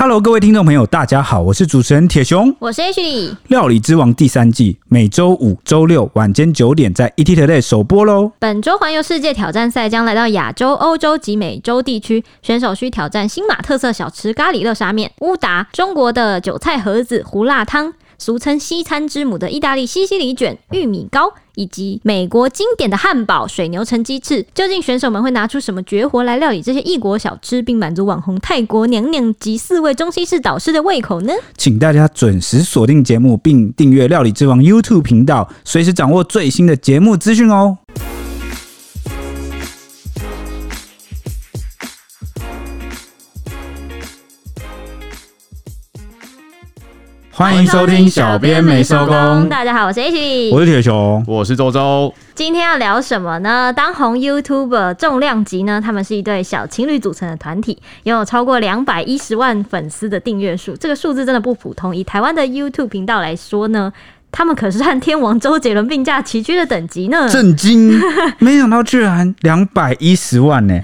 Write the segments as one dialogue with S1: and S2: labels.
S1: Hello，各位听众朋友，大家好，我是主持人铁熊。
S2: 我是 H 李，
S1: 料理之王第三季每周五、周六晚间九点在 ETtoday 首播喽。
S2: 本周环游世界挑战赛将来到亚洲、欧洲及美洲地区，选手需挑战新马特色小吃咖喱热沙面、乌达、中国的韭菜盒子胡辣汤，俗称西餐之母的意大利西西里卷、玉米糕。以及美国经典的汉堡、水牛城鸡翅，究竟选手们会拿出什么绝活来料理这些异国小吃，并满足网红泰国娘娘及四位中西式导师的胃口呢？
S1: 请大家准时锁定节目，并订阅料理之王 YouTube 频道，随时掌握最新的节目资讯哦。欢迎收听，小编没收工，
S2: 大家好，我是 H 李，
S1: 我是铁熊。
S3: 我是周周，
S2: 今天要聊什么呢？当红 YouTuber 重量级呢，他们是一对小情侣组成的团体，拥有超过两百一十万粉丝的订阅数，这个数字真的不普通。以台湾的 YouTube 频道来说呢，他们可是和天王周杰伦并驾齐驱的等级呢。
S3: 震惊，
S1: 没想到居然两百一十万呢、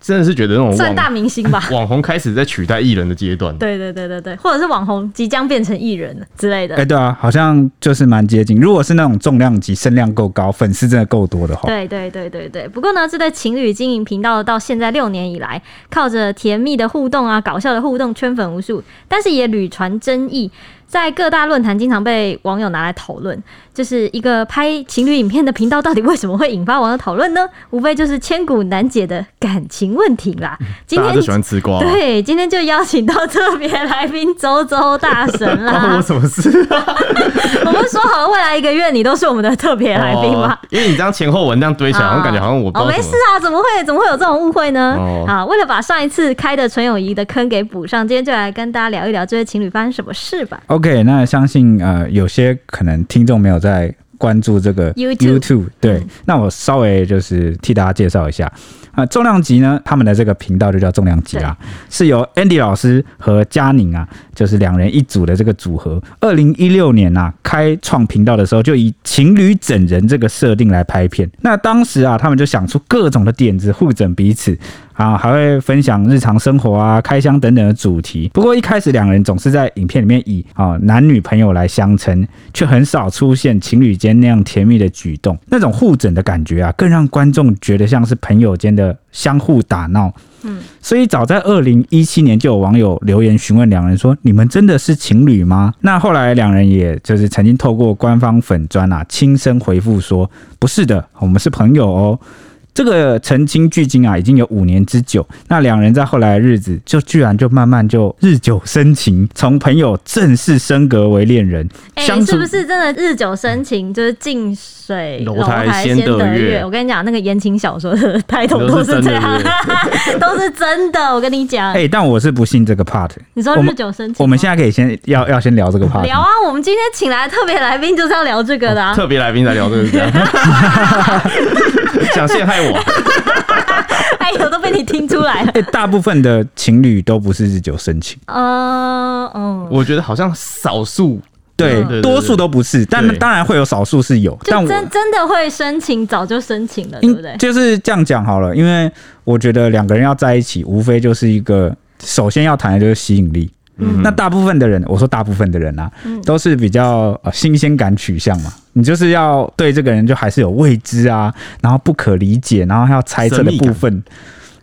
S3: 真的是觉得那种
S2: 算大
S3: 网？
S2: 明星吧
S3: 网红开始在取代艺人的阶段，
S2: 对对对对对，或者是网红即将变成艺人之类的。
S1: 哎、对啊，好像就是蛮接近。如果是那种重量级、声量够高、粉丝真的够多的
S3: 哦
S1: 话，
S2: 对对对对对。不过呢，这对情侣经营频道到现在六年以来，靠着甜蜜的互动啊、搞笑的互动圈粉无数，但是也屡传争议，在各大论坛经常被网友拿来讨论。就是一个拍情侣影片的频道，到底为什么会引发网友讨论呢？无非就是千古难解的感情问题啦。今
S3: 嗯大家
S2: 天
S3: 都喜欢哦吃瓜。
S2: 对，啊今天就邀请到特别来宾周周大神
S3: 关
S2: 啦
S3: 我。什么事？啊
S2: 我们说好了，未来一个月你都是我们的特别来宾吗？
S3: 哦因为你这样前后文这样堆起来，我感觉好像我不知
S2: 哦，
S3: 道
S2: 没
S3: 什么
S2: 事。啊，怎么会怎么会有这种误会呢？
S3: 哦
S2: 啊，为了把上一次开的纯友谊的坑给补上，今天就来跟大家聊一聊这对情侣发生什么事吧。
S1: OK，那相信呃，有些可能听众没有在关注这个
S2: YouTube
S1: 对，那我稍微就是替大家介绍一下啊、呃重量级呢，他们的这个频道就叫重量级啦，是由 Andy 老师和佳宁啊，就是两人一组的这个组合，二零一六年啊开创频道的时候，就以情侣整人这个设定来拍片。那当时啊，他们就想出各种的点子互整彼此，啊，还会分享日常生活啊、开箱等等的主题。不过一开始两人总是在影片里面以啊男女朋友来相称，却很少出现情侣间那样甜蜜的举动，那种互整的感觉啊，更让观众觉得像是朋友间的相互打闹。嗯，所以早在二零一七年就有网友留言询问两人说：“你们真的是情侣吗？”那后来两人也就是曾经透过官方粉砖啊亲身回复说：“不是的，我们是朋友哦。”这个澄清距今啊，已经有五年之久。那两人在后来的日子，就居然就慢慢就日久生情，从朋友正式升格为恋人，
S2: 哎、是不是真的日久生情，就是近水
S3: 楼
S2: 楼
S3: 台
S2: 台
S3: 先
S2: 先
S3: 得
S2: 得
S3: 月
S2: 月？我跟你讲，那个言情小说的 抬头
S3: 都
S2: 都
S3: 是
S2: 是
S3: 真
S2: 这
S3: 的
S2: 样
S3: 对不，
S2: 都是真的。我跟你讲，
S1: 哎、但我是不信这个 part。
S2: 你说
S1: 我
S2: 日
S1: 们
S2: 久生情吗
S1: 我们现在可以先要要先聊这个 part，
S2: 聊啊，我们今天请来的特别来宾就是要聊这个的、啊。
S3: 哦特别来宾在聊这个是这样，想陷害我，
S2: 哎呦，都被你听出来了。
S1: 哎、大部分的情侣都不是日久生情，
S2: 嗯嗯，
S3: 我觉得好像少数
S1: 对，
S3: 对对对
S1: 多数都不是，但
S3: 对
S1: 当然会有少数是有，但
S2: 就
S1: 我
S2: 真真的会深情，早就深情了，对
S1: 应
S2: 不对？
S1: 就是这样讲好了，因为我觉得两个人要在一起，无非就是一个首先要谈的就是吸引力。
S2: 嗯
S1: 那大部分的人，我说大部分的人啊，都是比较呃新鲜感取向嘛。你就是要对这个人就还是有未知啊，然后不可理解，然后还要猜测的部分，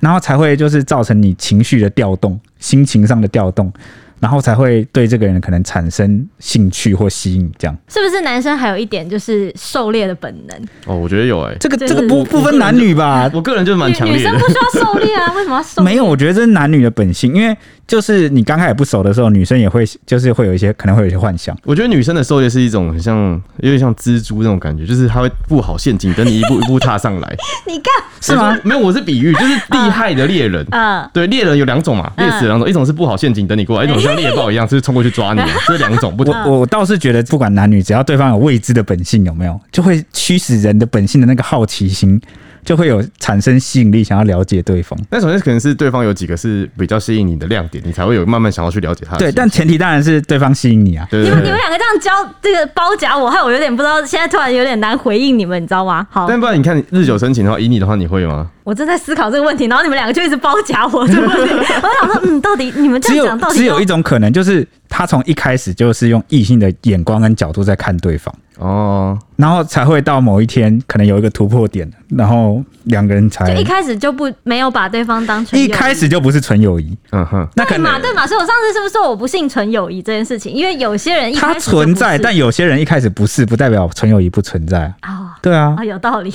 S1: 然后才会就是造成你情绪的调动、心情上的调动，然后才会对这个人可能产生兴趣或吸引。这样，
S2: 是不是男生还有一点就是狩猎的本能？
S3: 哦，我觉得有哎，
S1: 这个
S2: 对
S1: 这个
S2: 对
S1: 不
S2: 对
S1: 不分男女吧？
S3: 我个人就是蛮强
S2: 女女
S3: 烈
S2: 生
S3: 的
S2: 不，需要狩猎啊，为什么要狩猎？
S1: 没有，我觉得这是男女的本性，因为就是你刚开始不熟的时候，女生也会就是会有一些可能会有一些幻想。
S3: 我觉得女生的狩猎是一种很像有点像蜘蛛那种感觉，就是她会布好陷阱，等你一步一步踏上 来，
S2: 你干
S1: 是吗
S3: 我说？没有，我是比喻，就是厉害的猎人。
S2: 啊？
S3: 对，猎人有两种嘛，
S2: 嗯
S3: 猎死的两种，一种是布好陷阱等你过来，一种像猎豹一样，就是冲过去抓你，这两种不同。
S2: 嗯
S1: 我我倒是觉得，不管男女，只要对方有未知的本性，有没有，就会驱使人的本性的那个好奇心，就会有产生吸引力，想要了解对方。
S3: 但首先可能是对方有几个是比较吸引你的亮点，你才会有慢慢想要去了解他的
S1: 对，
S3: 心情。
S1: 但前提当然是对方吸引你啊。
S3: 啊对
S2: 你
S3: 对
S2: 们
S3: 对
S2: 你们两个这样教这个包夹我，害我有点不知道，现在突然有点难回应你们，你知道吗？好，
S3: 但不然你看日久生情的话，以你的话你会吗？
S2: 我正在思考这个问题，然后你们两个就一直包夹我这个问题，我想说，嗯，到底你们这
S1: 只
S2: 样
S1: 有
S2: 讲，到底
S1: 只有
S2: 都
S1: 一种可能，就是他从一开始就是用异性的眼光跟角度在看对方，
S3: 哦，
S1: 然后才会到某一天可能有一个突破点，然后两个人才
S2: 就一开始就不没有把对方当成
S1: 一开始就不是纯友谊，
S3: 嗯哼，
S1: 那可
S2: 对嘛
S1: 能
S2: 对嘛，所以我上次是不是说我不信纯友谊这件事情？因为有些人一开
S1: 它
S2: 始就不
S1: 存在，
S2: 是
S1: 但有些人一开始不是，不代表纯友谊不存在啊。
S2: 啊
S1: 对啊
S2: 啊、，有道理，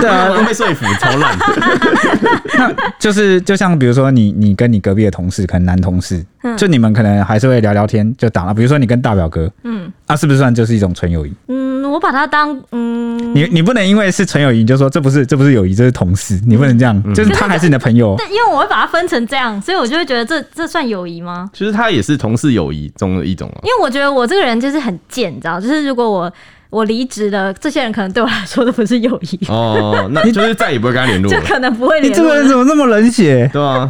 S1: 对啊，
S3: 我被说服，超烂。
S1: 就是就像比如说你你跟你隔壁的同事，可能男同事，
S2: 嗯
S1: 就你们可能还是会聊聊天，就打。比如说你跟大表哥，
S2: 嗯
S1: 啊，是不是算就是一种纯友谊？
S2: 嗯，我把它当嗯，
S1: 你你不能因为是纯友谊，你就说这不是这不是友谊，这是同事，你不能这样，就是他还是你的朋友。
S2: 但因为我会把它分成这样，所以我就会觉得这这算友谊吗？
S3: 其实他也是同事友谊中的一种啊。
S2: 因为我觉得我这个人就是很贱，你知道，就是如果我我离职了，这些人可能对我来说都不是友谊，
S3: 哦，那就是再也不会跟他联络
S2: 就
S3: 了，
S2: 可能不会
S1: 你
S2: 联
S1: 这
S2: 络
S1: 个人
S2: 的。
S1: 怎么那么冷血？
S3: 对啊。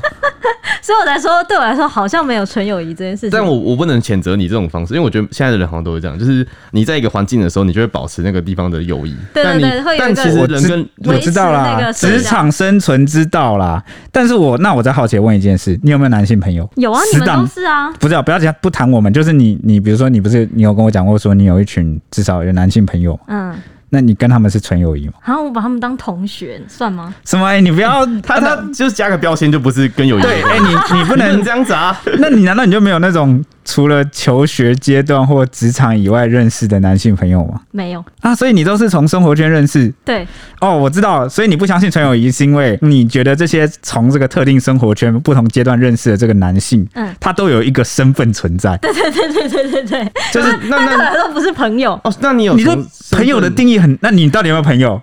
S2: 所以我才说，对我来说好像没有纯友谊这件事情。
S3: 但我我不能谴责你这种方式，因为我觉得现在的人好像都会这样，就是你在一个环境的时候，你就会保持那个地方的友谊。
S2: 对对
S3: 但你
S2: 对会有一个
S3: 但其实
S1: 我
S3: 人跟
S1: 知我知道
S2: 维持那
S1: 啦，
S2: 个社交
S1: 职场生存之道啦。但是我那我再好奇地问一件事，你有没有男性朋友？
S2: 有啊，
S1: 死
S2: 你们
S1: 党
S2: 都是啊，
S1: 不是啊，不要讲不谈我们，就是你你比如说你不是你有跟我讲过说你有一群至少有男性朋友，
S2: 嗯，
S1: 那你跟他们是纯友谊吗？
S2: 然后我把他们当同学算吗？
S1: 什么？哎、你不要
S3: 他他就是加个标签，就不是跟友谊有
S1: 对，
S3: 关。
S1: 哎、你你不
S3: 不能
S1: 能
S3: 这样子啊！
S1: 那你难道你就没有那种除了求学阶段或职场以外认识的男性朋友吗？
S2: 没有，
S1: 啊，所以你都是从生活圈认识
S2: 对，
S1: 哦，我知道了。所以你不相信纯友谊，是因为你觉得这些从这个特定生活圈不同阶段认识的这个男性，
S2: 嗯
S1: 他都有一个身份存在，
S2: 对对对对对，
S1: 就是
S3: 那
S2: 对我来
S3: 那
S2: 说不是朋友，
S3: 哦，那你有
S1: 你对
S3: 从
S1: 朋友的定义很，那你到底有没有朋友？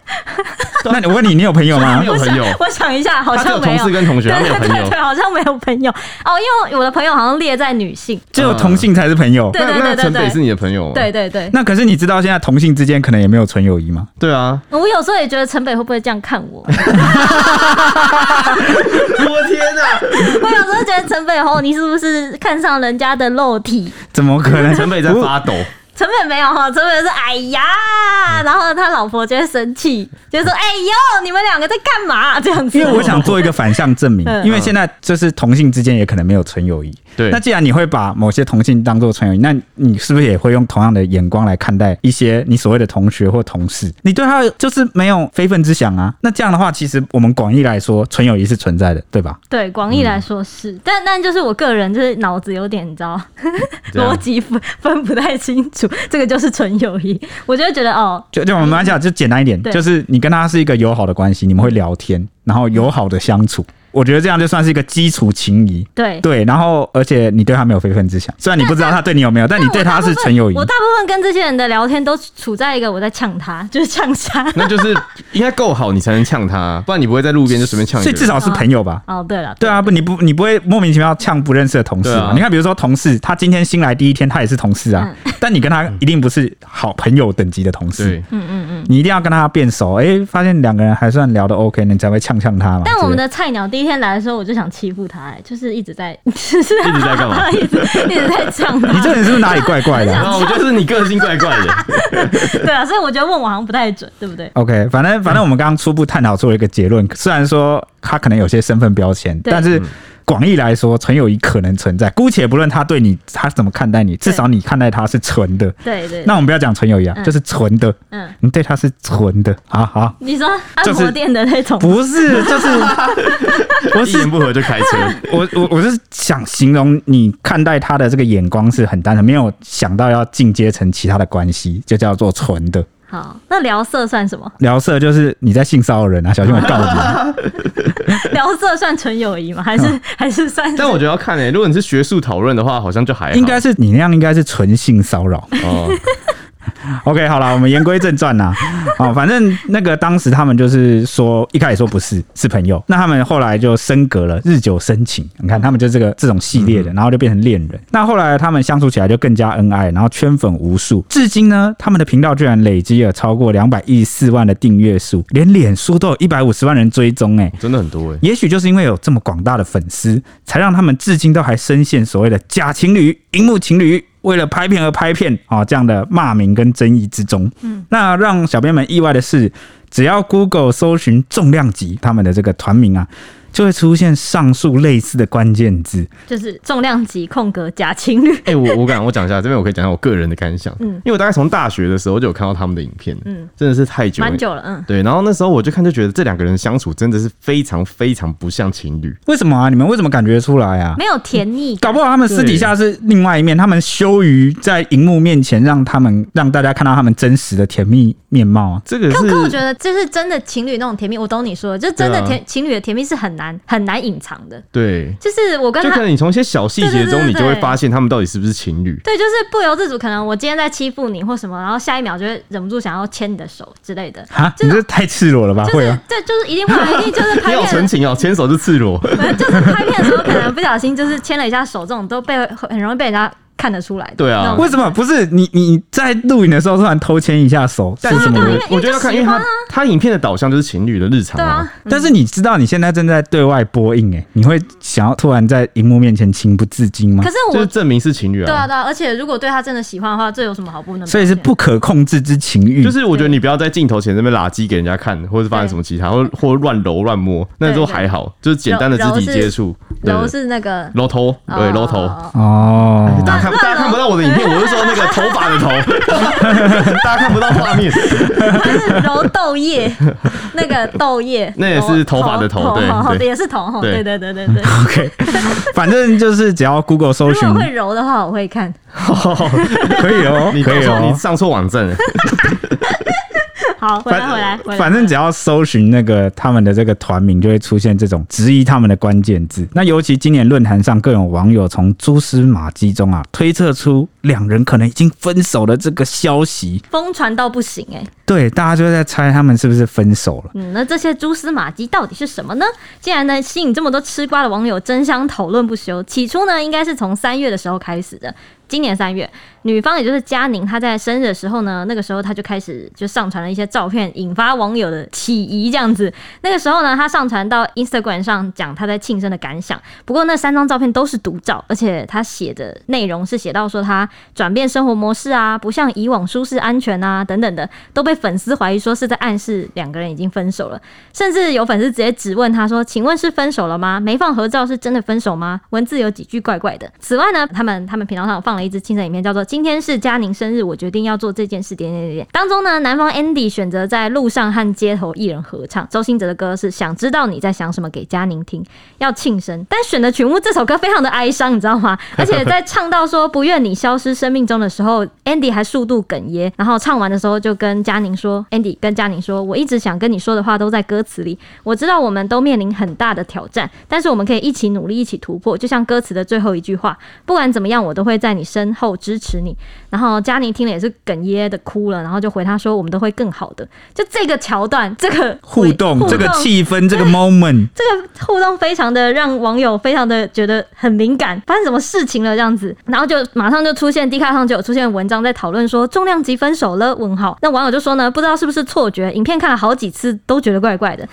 S1: 那你我问你，你有朋友吗
S3: 啊没？有
S2: 我
S3: 朋
S2: 想
S3: 友，
S2: 我想一下，好
S3: 他只有
S2: 像没
S3: 同
S2: 有
S3: 事。跟同学，
S2: 对
S3: 他
S2: 对
S3: 没有朋
S2: 对
S3: 友。
S2: 对，好像没有朋友哦，因为我的朋友好像列在女性，
S1: 只有同性才是朋友。
S2: 对对对
S3: 那那
S2: 对
S3: 陈北
S2: 对
S3: 是你的朋友吗？
S2: 对对对。
S1: 那可是你知道现在同性之间可能也没有纯友谊 吗？
S3: 对啊！
S2: 我有时候也觉得陈北会不会这样看我？
S3: 我天 哪！
S2: 我有时候觉得陈北哦，你是不是看上人家的肉体？
S1: 怎么可能？
S3: 陈北在发抖，
S2: 陈北没有哈，陈北是哎呀，然后他老婆就会生气，就说哎呦，你们两个在干嘛？这样 子。
S1: 因为我想做一个反向证明
S2: 嗯，
S1: 因为现在就是同性之间也可能没有纯友谊。
S3: 对
S1: 那既然你会把某些同性当做纯友谊，那你是不是也会用同样的眼光来看待一些你所谓的同学或同事？你对他就是没有非分之想啊？那这样的话，其实我们广义来说，纯友谊是存在的，对吧？
S2: 对广义来说是，
S1: 嗯
S2: 但但就是我个人就是脑子有点你知道
S3: 这 样
S2: 逻辑分分不太清楚，这个就是纯友谊，我就会觉得哦，
S1: 就就我们来讲，就简单一点，
S2: 对
S1: 就是你跟他是一个友好的关系，你们会聊天，然后友好的相处。我觉得这样就算是一个基础情谊，
S2: 对。
S1: 对。然后，而且你对他没有非分之想，虽然你不知道他对你有没有，但你对他是纯友谊
S2: 我。大部分跟这些人的聊天都处在一个我在呛他，就是呛他。
S3: 那就是应该够好，你才能呛他，啊不然你不会在路边就随便呛一个
S1: 所以
S3: 人。
S1: 至少是朋友吧。
S2: 哦，对了，
S1: 对啊，不，你不，你不会莫名其妙呛不认识的同事
S3: 对
S1: 嘛？
S3: 啊
S1: 你看，比如说同事，他今天新来第一天，他也是同事啊，
S2: 嗯
S1: 但你跟他一定不是好朋友等级的同事
S3: 对，，
S2: 嗯嗯嗯。
S1: 你一定要跟他变熟，哎、发现两个人还算聊得 OK，你才会呛呛他嘛。
S2: 但我们
S1: 对
S2: 的菜鸟第一天来的时候，我就想欺负他、哎就是一直 在，一
S3: 一
S2: 直？
S3: 直在干嘛
S2: 一直一直在呛
S1: 不对你这
S2: 他。
S1: 个人是不是哪里怪怪的啊、
S3: 然后我就是你个性怪怪 的，
S2: 对啊，所以我觉得问我好像不太准，对不对？
S1: OK，反
S2: 嗯
S1: 正反正我们刚刚初步探讨出了一个结论，虽然说他可能有些身份标签，
S2: 对
S1: 但是广义来说，纯友谊可能存在。姑且不论他对你他怎么看待你，至少你看待他是纯的。
S2: 对对
S1: 那我们不要讲纯友谊啊，
S2: 嗯
S1: 就是纯的，
S2: 嗯，
S1: 你对他是纯的，好好，
S2: 你说按
S1: 就是
S2: 摩店的那种，
S1: 不是， 就是我
S3: 一
S1: 是
S3: 言不合就开车。
S1: 我我我是想形容你看待他的这个眼光是很单纯，没有想到要进阶成其他的关系，就叫做纯的。
S2: 好，那聊色算什么？
S1: 聊色就是你在性骚扰人啊，小心我告你。
S2: 聊色算纯友谊吗？还是还是算是？
S3: 嗯但我觉得要看诶、欸 如果你是学术讨论的话，好像就还好
S1: 应该是你那样，应该是纯性骚扰。
S3: 哦，
S1: OK，好了，我们言归正传啦。 哦，反正那个当时他们就是说，一开始说不是，是朋友。那他们后来就升格了，日久生情。你看，他们就这个这种系列的，然后就变成恋人。那后来他们相处起来就更加恩爱，然后圈粉无数。至今呢，他们的频道居然累积了超过两百一十四万的订阅数，连脸书都有一百五十万人追踪、欸，哎。
S3: 真的很多哎、
S1: 也许就是因为有这么广大的粉丝，才让他们至今都还深陷所谓的假情侣、荧幕情侣。为了拍片而拍片啊、哦，这样的骂名跟争议之中，嗯，那让小编们意外的是，只要 Google 搜寻重量级他们的这个团名啊，就会出现上述类似的关键字。
S2: 就是重量级空格假 情侣，
S3: 哎、我我敢我讲一下，这边我可以讲一下我个人的感想，
S2: 嗯
S3: 因为我大概从大学的时候就有看到他们的影片，
S2: 嗯
S3: 嗯，真的是太久了，
S2: 蛮久了，嗯，
S3: 对，然后那时候我就看就觉得这两个人相处真的是非常非常不像情侣，
S1: 为什么啊？你们为什么感觉出来啊？
S2: 没有甜腻感，
S1: 搞不好他们私底下是另外一面，他们羞于在荧幕面前让他们让大家看到他们真实的甜蜜面貌啊。
S3: 这个
S2: 可可我觉
S3: 是
S2: 得这是真的情侣那种甜蜜，我懂你说的，就真
S3: 啊
S2: 的甜、情侣的甜蜜是很难很难隐藏的，
S3: 对，
S2: 就是我跟
S3: 就
S2: 他
S3: 可能你从一些小细节
S2: 对对对
S3: 中，你就会
S2: 对
S3: 发现他们到底是不是情侣。
S2: 对，就是不由自主，可能我今天在欺负你或什么，然后下一秒就会忍不住想要牵你的手之类
S3: 啊
S2: 的，
S1: 哈，你这太赤裸了吧？
S2: 就
S1: 会
S2: 是
S1: 啊，
S2: 对，就是一定会有，一定 就是
S3: 你
S2: 拍
S3: 好
S2: 片
S3: 纯
S2: 的。
S3: 情哦，牵手就赤裸。
S2: 反正 就是拍片的时候，可能不小心就是牵了一下手，这种都被很容易被人家看得出来的。
S3: 对啊
S2: 那种
S1: 为什么不是你你在录影的时候突然偷牵一下手是
S3: 但
S1: 什么
S2: 对啊
S1: 原因
S2: 对啊？因为
S3: 我觉得要看，
S2: 因
S3: 因
S2: 为就喜
S3: 为
S2: 欢
S3: 他
S2: 啊
S3: 他影片的导向就是情侣的日常
S2: 对
S3: 啊
S2: 啊。，
S1: 但是你知道你现在正在对外播映哎、你会想要突然在荧幕面前情不自禁吗
S2: 可？是
S3: 就
S2: 我
S3: 是证明是情侣
S2: 对啊
S3: 啊。
S2: 对啊，而且如果对他真的喜欢的话，这有什么好不能？
S1: 所以是不，可控制之情欲，
S3: 就是我觉得你不要在镜头前那边拉鸡给人家看，或者发生什么其他，或或乱揉乱摸，那都还好，就是简单的肢体接触，对，
S2: 柔是那个
S3: 揉头，对，揉头。
S2: 哦
S1: 哦，
S3: 大家看大家看不到我的影 片，我是说那个头发的头， 大家看不到画面，
S2: 是揉豆叶，那个豆叶，
S3: 那也是头发的头对
S2: 头
S3: 对
S2: 也是头，
S3: 对
S2: 对对对对 对。
S1: OK，反正就是只要 Google 搜
S2: 如
S1: 寻
S2: 果会揉的话，我会看。
S1: 可以哦，
S3: 你
S1: 可以
S3: 你
S1: 哦。
S3: 上错网站了，
S2: 好，回来回来，回来
S1: 反正只要搜寻那个他们的这个团名，就会出现这种质疑他们的关键字。那尤其今年论坛上，更有网友从蛛丝马迹中啊，推测出两人可能已经分手的这个消息。
S2: 疯传到不行哎、
S1: 对，大家就在猜他们是不是分手了。
S2: 嗯，那这些蛛丝马迹到底是什么呢？竟然能吸引这么多吃瓜的网友争相讨论不休。起初呢，应该是从三月的时候开始的。今年三月，女方也就是佳宁，她在生日的时候呢，那个时候她就开始就上传了一些照片，引发网友的起疑。这样子，那个时候呢，她上传到 Instagram 上讲她在庆生的感想。不过那三张照片都是独照，而且她写的内容是写到说她转变生活模式啊，不像以往舒适安全啊等等的，都被粉丝怀疑说是在暗示两个人已经分手了。甚至有粉丝直接质问他说：“请问是分手了吗？没放合照是真的分手吗？”文字有几句怪怪的。此外呢，他们他们频道上放了一支庆生影片，叫做“今天是佳宁生日，我决定要做这件事”点点点点。当中呢，男方 Andy 选择在路上和街头艺人合唱，周兴哲的歌是《想知道你在想什么》给佳宁听，要庆生。但选的曲目这首歌非常的哀伤，你知道吗？而且在唱到说“不愿你消失生命中”的时候，Andy 还数度哽咽，然后唱完的时候就跟佳宁说：“Andy 跟佳宁说，我一直想跟你说的话都在歌词里。我知道我们都面临很大的挑战，但是我们可以一起努力，一起突破。就像歌词的最后一句话，不管怎么样，我都会在你身后支持你。”然后佳宁听了也是哽咽的哭了，然后就回他说：“我们都会更好的。”就这个桥段，这个
S1: 互动，
S2: 互
S1: 这个气氛，这个 moment，
S2: 这个互动非常的让网友非常的觉得很敏感，发生什么事情了这样子，然后就马上就出现 D 卡上就有出现文章在讨论说重量级分手了问号，那网友就说呢，不知道是不是错觉，影片看了好几次都觉得怪怪的。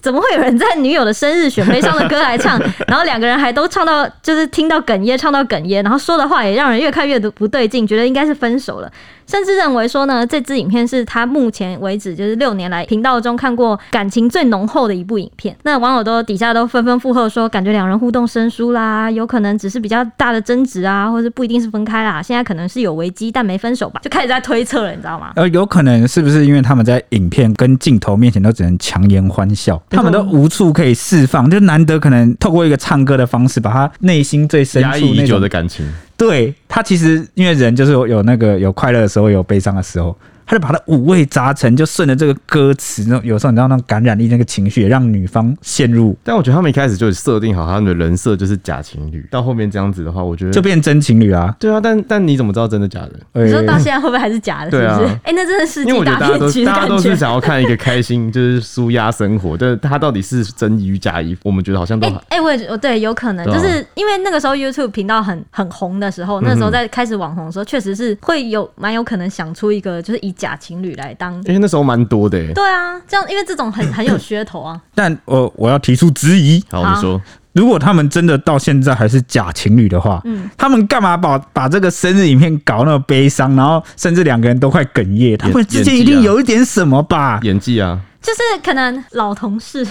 S2: 怎么会有人在女友的生日选悲伤的歌来 唱？然后两个人还都唱到，就是听到哽咽，唱到哽咽，然后说的话也让人越看越不对劲，觉得应该是分手了。甚至认为说呢，这支影片是他目前为止就是六年来频道中看过感情最浓厚的一部影片。那网友都底下都纷纷附和说，感觉两人互动生疏啦，有可能只是比较大的争执啊，或者不一定是分开啦，现在可能是有危机，但没分手吧，就开始在推测了，你知道吗？
S1: 呃，有可能是不是因为他们在影片跟镜头面前都只能强颜欢笑，他们都无处可以释放，就难得可能透过一个唱歌的方式，把他内心最深
S3: 压
S1: 处
S3: 抑已
S1: 那
S3: 久
S1: 种
S3: 的感情，
S1: 对他其实因为人就是有有那个有快乐的时候，有悲伤的时候，他就把它五味杂陈，就顺着这个歌词，那种有时候你知道那种感染力那个情绪，也让女方陷入
S3: 但我觉得他们一开始就设定好他们的人设就是假情侣，到后面这样子的话，我觉得
S1: 就变真情侣啊。
S3: 对啊，但但你怎么知道真的假的？
S2: 你说到
S1: 哎
S2: 现在会不会还是假的？是
S3: 对啊
S2: 不是？哎、那真的世
S3: 因为
S2: 纪
S3: 我觉得大家
S2: 骗
S3: 都
S2: 局的
S3: 大家
S2: 感
S3: 都
S2: 觉
S3: 是。想要看一个 开心，就是舒压生活，但是他到底是真与假，我们觉得好像都
S2: 哎
S3: 还
S2: 哎、我也觉我对，有可能，
S3: 对
S2: 就
S3: 啊
S2: 是因为那个时候 YouTube 频道很很红的时候，那时候
S3: 嗯哼
S2: 在开始网红的时候，确实是会有蛮有可能想出一个，就是以假情侣来当。
S3: 因为那时候蛮多的欸。
S2: 对啊，这样因为这种 很很有噱头啊。
S1: 但我我要提出质疑，
S3: 好，你说
S1: 如果他们真的到现在还是假情侣的话，
S2: 嗯
S1: 他们干嘛把把这个生日影片搞那么悲伤，然后甚至两个人都快哽咽？他们之间一定有一点什么吧？
S3: 演技啊，
S2: 就是可能老同事，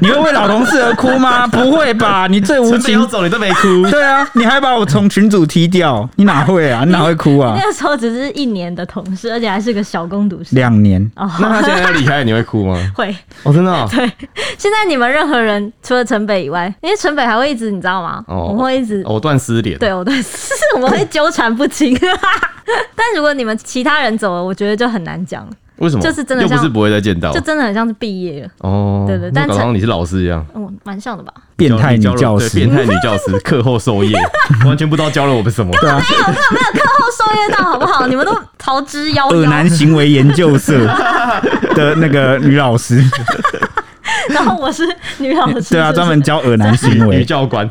S1: 你会为老同事而哭 吗？不会吧？你最无
S3: 陈北要
S1: 情。
S3: 走你都没哭
S1: 对啊，你还把我从群组踢掉，你哪会啊？你哪会哭啊
S2: 那？个时候只是一年的同事，而且还是个小工读生。
S1: 两年，
S2: 哦，
S3: 那他现在要离开，你会 哭吗？
S2: 会。
S3: 哦，真的哦，
S2: 现在你们任何人除了城北以外，因为城北还会一直你知道吗？
S3: 哦
S2: 我们会一直
S3: 藕断丝连。
S2: 对，我对， 是我们会纠缠不清。 但如果你们其他人走了，我觉得就很难讲，
S3: 为什么？
S2: 就是真的
S3: 又不
S2: 像
S3: 是不会再见到啊
S2: 就真的很像是毕业了，
S3: 哦。
S2: 对对
S3: 就
S2: 但
S3: 搞
S2: 陈
S3: 成你是老师一样。
S2: 嗯，蛮像的吧？
S1: 变态女
S3: 教
S1: 教
S3: 对变
S1: 师，
S3: 态女教师课后授业，完全不知道教了我们什么。
S1: 对啊，
S2: 没有没有没有，课后哦受业到好不好？你们都逃之夭
S1: 恶
S2: 夭，
S1: 男行为研究社的 那个女老师，
S2: 然后我是女老师，
S1: 对啊，
S2: 是不是
S1: 专门教恶男行
S3: 女
S1: 为。
S3: 教官，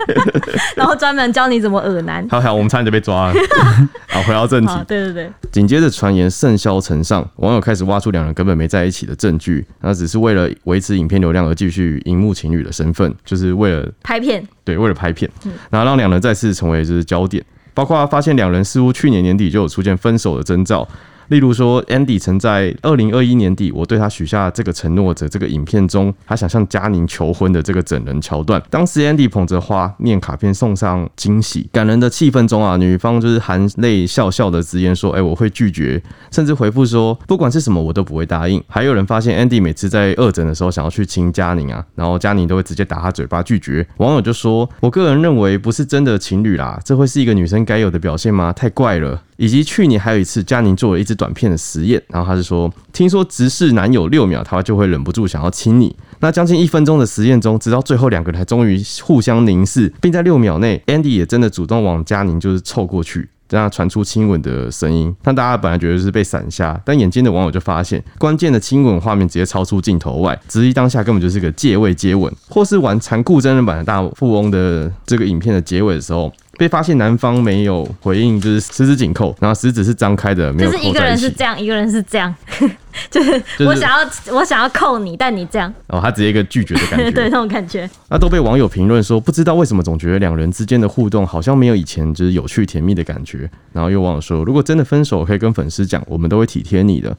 S2: 然后专门教你怎么恶男。
S3: 好好，我们差点就被抓了。 好，回到正题
S2: 好，，对对对，
S3: 紧接着传言甚嚣尘上，网友开始挖出两人根本没在一起的证据，那只是为了维持影片流量而继续荧幕情侣的身份，就是为了
S2: 拍片
S3: 对，为了拍片，然后让两人再次成为就是焦点。包括发现两人似乎去年年底就有出现分手的征兆，例如说 Andy 曾在二零二一年底我对他许下这个承诺的这个影片中，他想向佳宁求婚的这个整人桥段。当时 Andy 捧着花念卡片送上惊喜，感人的气氛中啊，女方就是含泪笑笑的直言说：“哎、我会拒绝。”甚至回复说：“不管是什么我都不会答应。”还有人发现 Andy 每次在二诊的时候想要去亲佳宁啊，然后佳宁都会直接打他嘴巴拒绝。网友就说：“我个人认为不是真的情侣啦，这会是一个女生该有的表现吗？太怪了。”以及去年还有一次，佳宁做了一支短片的实验，然后他是说，听说直视男友六秒，他就会忍不住想要亲你。那将近一分钟的实验中，直到最后两个人还终于互相凝视，并在六秒内，Andy 也真的主动往佳宁就是凑过去。让他传出亲吻的声音，但大家本来觉得是被闪瞎，但眼尖的网友就发现，关键的亲吻画面直接超出镜头外，质疑当下根本就是个借位接吻，或是玩残酷真人版的大富翁的这个影片的结尾的时候，被发现男方没有回应，就是十指紧扣，然后食指是张开的，没
S2: 就
S3: 有
S2: 是一
S3: 扣
S2: 个
S3: 在
S2: 人
S3: 一
S2: 是
S3: 起。
S2: 这样，一个人是这样， 就是
S3: 就是
S2: 我想要我想要扣你，但你这样，
S3: 哦，他直接一个拒绝的感
S2: 对
S3: 觉。
S2: 那种感觉。
S3: 那都被网友评论说，不知道为什么总觉得两人之间的互动好像没有以前就是有趣甜蜜的感觉。然后又网友说，如果真的分手，可以跟粉丝讲，我们都会体贴你的。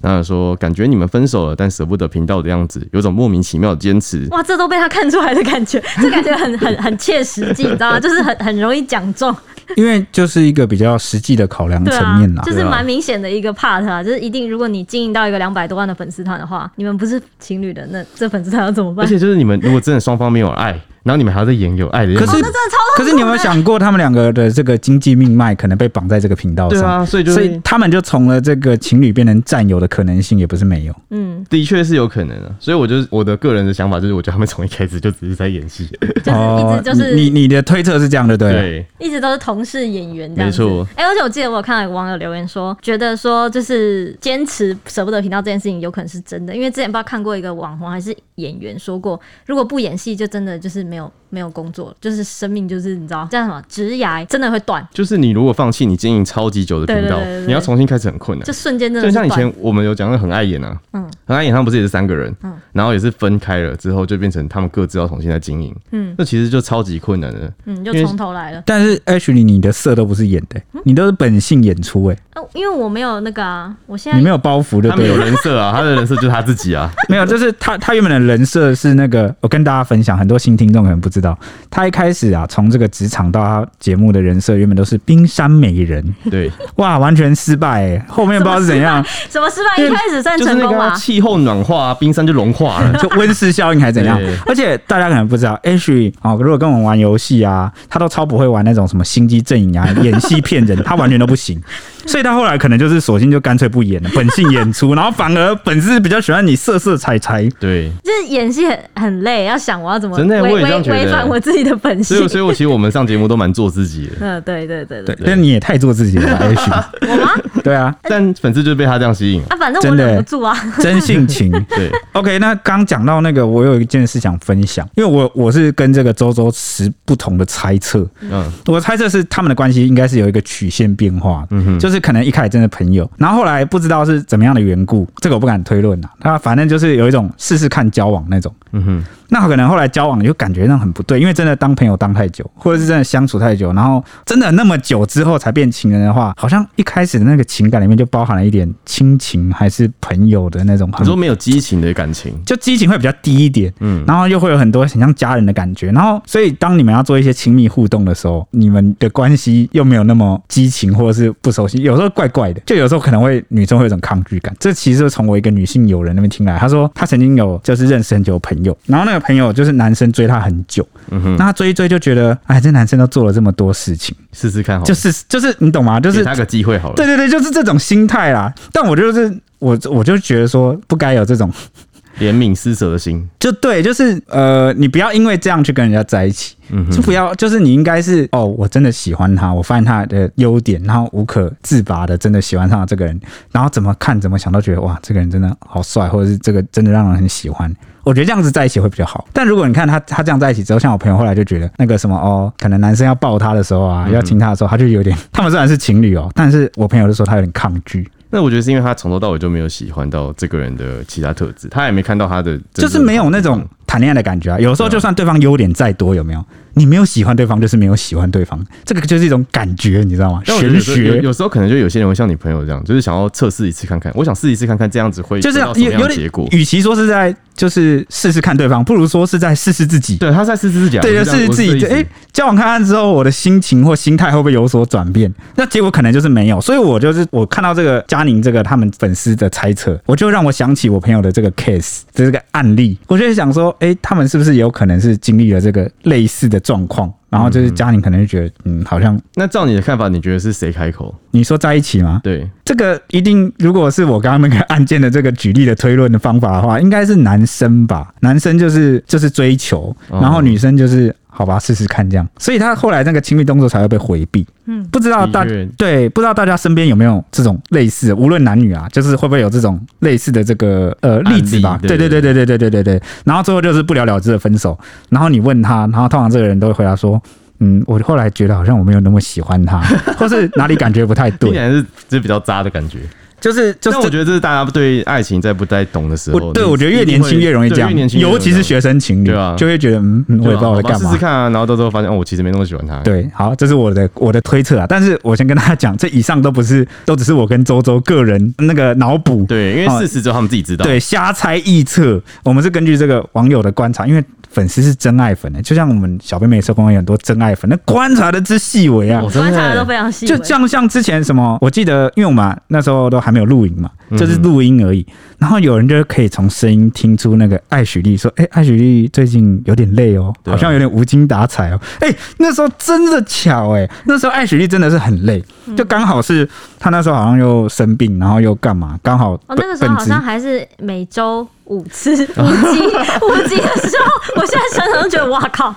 S3: 然后说，感觉你们分手了，但舍不得频道的样子，有种莫名其妙的 坚持。
S2: 哇，这都被他看出来的感觉，这感觉很很很切实际，你知道吗？就是很很容易讲中，
S1: 因为就是一个比较实际的考量
S2: 对
S1: 层
S2: 啊
S1: 面啦，，
S2: 就是蛮明显的一个 part 啊，就是一定如果你经营到一个两百多万的粉丝团的话，你们不是情侣的，那这粉丝团要怎么办
S3: 而？且就是你们如果真的双方没有爱，然后你们还要在演有爱的样
S1: 可
S3: 子，
S1: 是
S2: 哦那真的超
S1: 可是你有没有想过，他们两个的这个经济命脉可能被绑在这个频道
S3: 对
S1: 上？
S3: 啊，所以就
S1: 所以
S3: 是
S1: 他们就从了这个情侣变成战友的可能性也不是没有。
S2: 嗯，
S3: 的确是有可能啊。所以我就是我的个人的想法就是，我觉得他们从一开始就只是在演戏。
S2: 就是一直就是、
S1: 哦你你你的推测是这样的，对啊了。
S3: 对，
S2: 一直都是同事演员这样子。
S3: 没错
S2: 哎、而且我记得我有看到有网友留言说，觉得说就是坚持舍不得频道这件事情有可能是真的，因为之前不知道看过一个网红还是演员说过，如果不演戏就真的就是没有没有工作，就是生命就是你知道叫什么职涯真的会 断，
S3: 就是你如果放弃你经营超级久的频道
S2: 对对对对，对
S3: 你要重新开始很困难
S2: 就。瞬
S1: 嗯
S2: 间真的
S3: 就是像
S2: 断。
S3: 以前我们有讲的很爱演啊，
S2: 嗯
S3: 嗯，很爱演，他们不是也是三个人，
S2: 嗯
S3: 嗯，然后也是分开了之后，就变成他们各自要重新来经营，
S2: 嗯
S3: 嗯，那其实就超级困难的。
S2: 嗯，就
S3: 因为
S2: 从头来了。
S1: 但是 H 里你的色都不是演的、
S2: 嗯
S1: 你都是本性演出、欸，
S2: 啊，因为我没有那个啊，我现
S1: 你
S2: 在
S1: 没有包袱就
S3: 他们
S1: 对
S3: 有
S1: 了。
S3: 人设啊，他 的人设就是他自己啊，
S1: 没有，就是他他原本的人设是那个，我跟大家分享，很多新听众可能不知知道，她一开始啊，从这个职场到她节目的人设，原本都是冰山美人，
S3: 对，
S1: 哇，完全失败、欸，后面不知道是怎样，
S2: 什么失败？一开始算
S3: 就是
S2: 成
S3: 那
S2: 功
S3: 个啊
S2: 吧？
S3: 气候暖化啊，冰山就融 化了。
S1: 就温室效应还怎样
S3: 对？
S1: 而且大家可能不知道，H 哦，如果跟我们玩游戏啊，他都超不会玩那种什么心机阵营啊、演戏骗人，他完全都不行。所以他后来可能就是索性就干脆不演了，本性演出，然后反而本是比较喜欢你色色彩彩。
S3: 对，
S2: 就是演戏很很累，要想我要怎么
S3: 真的
S2: 违
S3: 我也这
S2: 违
S3: 样觉得
S2: 违反我自己的本
S3: 所
S2: 性
S3: 以，。所以我其实我们上节目都蛮做自己的，
S2: 嗯，对对对
S1: 对
S2: 对，，
S1: 但你也太做自己了吧，H。
S2: 我吗？
S1: 对啊，
S3: 但粉丝就被他这样吸引。
S2: 啊，反正我
S1: 真的欸
S2: 忍不 住啊。
S1: 真性情。
S3: 对，
S1: OK，那刚讲到那个，我有一件事想分享，因为我我是跟这个周周持不同的猜测。
S3: 嗯，
S1: 我猜测是他们的关系应该是有一个曲线变化，
S3: 嗯哼
S1: 就是可能一开始真的朋友，然后后来不知道是怎么样的缘故，这个我不敢推论啊。他反正就是有一种试试看交往那种，
S3: 嗯哼，
S1: 那可能后来交往就感觉那很不对，因为真的当朋友当太久，或者是真的相处太久，然后真的那么久之后才变情人的话，好像一开始的那个情感里面就包含了一点亲情还是朋友的那种
S3: 你
S1: 很
S3: 说没有激情的感情，
S1: 就激情会比较低一点，
S3: 嗯
S1: 然后又会有很多很像家人的感觉，然后所以当你们要做一些亲密互动的时候，你们的关系又没有那么激情或者是不熟悉，有时候怪怪的，就有时候可能会女生会有一种抗拒感。这其实是从我一个女性友人那边听来，她说她曾经有就是认识很久的朋友，然后那个朋友就是男生追她很久，
S3: 嗯哼，
S1: 那她追一追就觉得，哎，这男生都做了这么多事情，
S3: 试试看好了，
S1: 就是就是你懂吗？就
S3: 给
S1: 是
S3: 他个机会好了。
S1: 对对对，就是这种心态啦。但我就是我我就觉得说不该有这种。
S3: 怜悯施舍的心，
S1: 就对，就是呃，你不要因为这样去跟人家在一起，
S3: 嗯
S1: 就
S3: 哼，
S1: 不要，就是你应该是哦，我真的喜欢他，我发现他的优点，然后无可自拔的真的喜欢上了这个人，然后怎么看怎么想都觉得哇，这个人真的好帅，或者是这个真的让人很喜欢。我觉得这样子在一起会比较好，但如果你看他他这样在一起之后，像我朋友后来就觉得那个什么哦，可能男生要抱他的时候啊，要亲他的时候，他就有点，他们虽然是情侣哦，但是我朋友就说他有点抗拒，
S3: 那我觉得是因为他从头到尾就没有喜欢到这个人的其他特质，他也没看到他的，
S1: 就是没有那种谈恋爱的感觉啊。有时候就算对方优点再多，有没有？你没有喜欢对方，就是没有喜欢对方，这个就是一种感觉，你知道吗？
S3: 但我觉得
S1: 玄
S3: 有时候有
S1: 学
S3: 有时候可能就有些人会像你朋友这样，就是想要测试一次看看，我想试一次看看这样子会
S1: 就是
S3: 得到什么
S1: 有
S3: 样
S1: 有
S3: 的结
S1: 点
S3: 果，。
S1: 与其说是在就是试试看对方，不如说是在试试自己。
S3: 对，他在试试自己啊，
S1: 对，就
S3: 我
S1: 是
S3: 这样
S1: 是自己
S3: 我是
S1: 就
S3: 这
S1: 哎、
S3: 意思
S1: 交往看看之后，我的心情或心态会不会有所转变？那结果可能就是没有，所以我就是我看到这个佳宁这个他们粉丝的猜测，我就让我想起我朋友的这个 case 的这个案例，我就会想说，哎、他们是不是有可能是经历了这个类似的状况？然后就是佳宁可能就觉得，嗯，好像
S3: 那照你的看法，你觉得是谁开口？
S1: 你说在一起吗？
S3: 对，
S1: 这个一定，如果是我刚刚那个案件的这个举例的推论的方法的话，应该是男生吧？男生就是就是追求，
S3: 哦
S1: 然后女生就是好吧，试试看这样。所以他后来那个亲密动作才会被回避。
S2: 嗯
S1: 不知道大
S3: 的确
S1: 对，不知道大家身边有没有这种类似的，无论男女啊，就是会不会有这种类似的这个呃
S3: 案例
S1: 例子吧？
S3: 对
S1: 对对对对对对对对对。然后最后就是不了了之的分手。然后你问他，然后通常这个人都会回答说。嗯，我后来觉得好像我没有那么喜欢他，或是哪里感觉不太对
S3: 听起，来是就是比较渣的感觉。
S1: 就是就
S3: 但
S1: 是
S3: 我觉得这是大家对爱情在不太懂的时候，
S1: 我对
S3: 哦你
S1: 我觉得越
S3: 一定
S1: 年轻
S3: 会
S1: 越容易
S3: 对
S1: 这样
S3: 越年，轻越容
S1: 尤
S3: 易
S1: 其是
S3: 这样
S1: 学生情侣
S3: 对啊，
S1: 就会觉得嗯，嗯我也不知道我在
S3: 对啊
S1: 干
S3: 好吧试
S1: 嘛
S3: 试。看啊，然后到时候发现哦，我其实没那么喜欢他。
S1: 对，好，这是我的我的推测啊。但是我先跟大家讲，这以上都不是，都只是我跟周周个人那个脑补，
S3: 对，因为事实只有他们自己知道。
S1: 哦对，瞎猜臆测。我们是根据这个网友的观察，因为粉丝是真爱粉的、欸就像我们小妹妹社工有很多真爱粉，那观察的之细微啊
S3: 哦，真
S2: 观察的
S3: 的
S2: 都非常细微，
S1: 就像像之前什么，我记得，因为我们那时候都还没有录影嘛，
S3: 嗯
S1: 就是录音而已。然后有人就可以从声音听出那个艾许丽说：“哎、艾许丽最近有点累哦，
S3: 对
S1: 好
S3: 啊
S1: 像有点无精打采哦。哎，那时候真的巧哎、那时候艾许丽真的是很累，
S2: 嗯
S1: 就刚好是她那时候好像又生病，然后又干嘛，刚好
S2: 哦，
S1: 本
S2: 那个时候
S1: 本
S2: 好
S1: 职
S2: 像还是每周五 次五级五级的时候，我现在想想都觉得哇靠，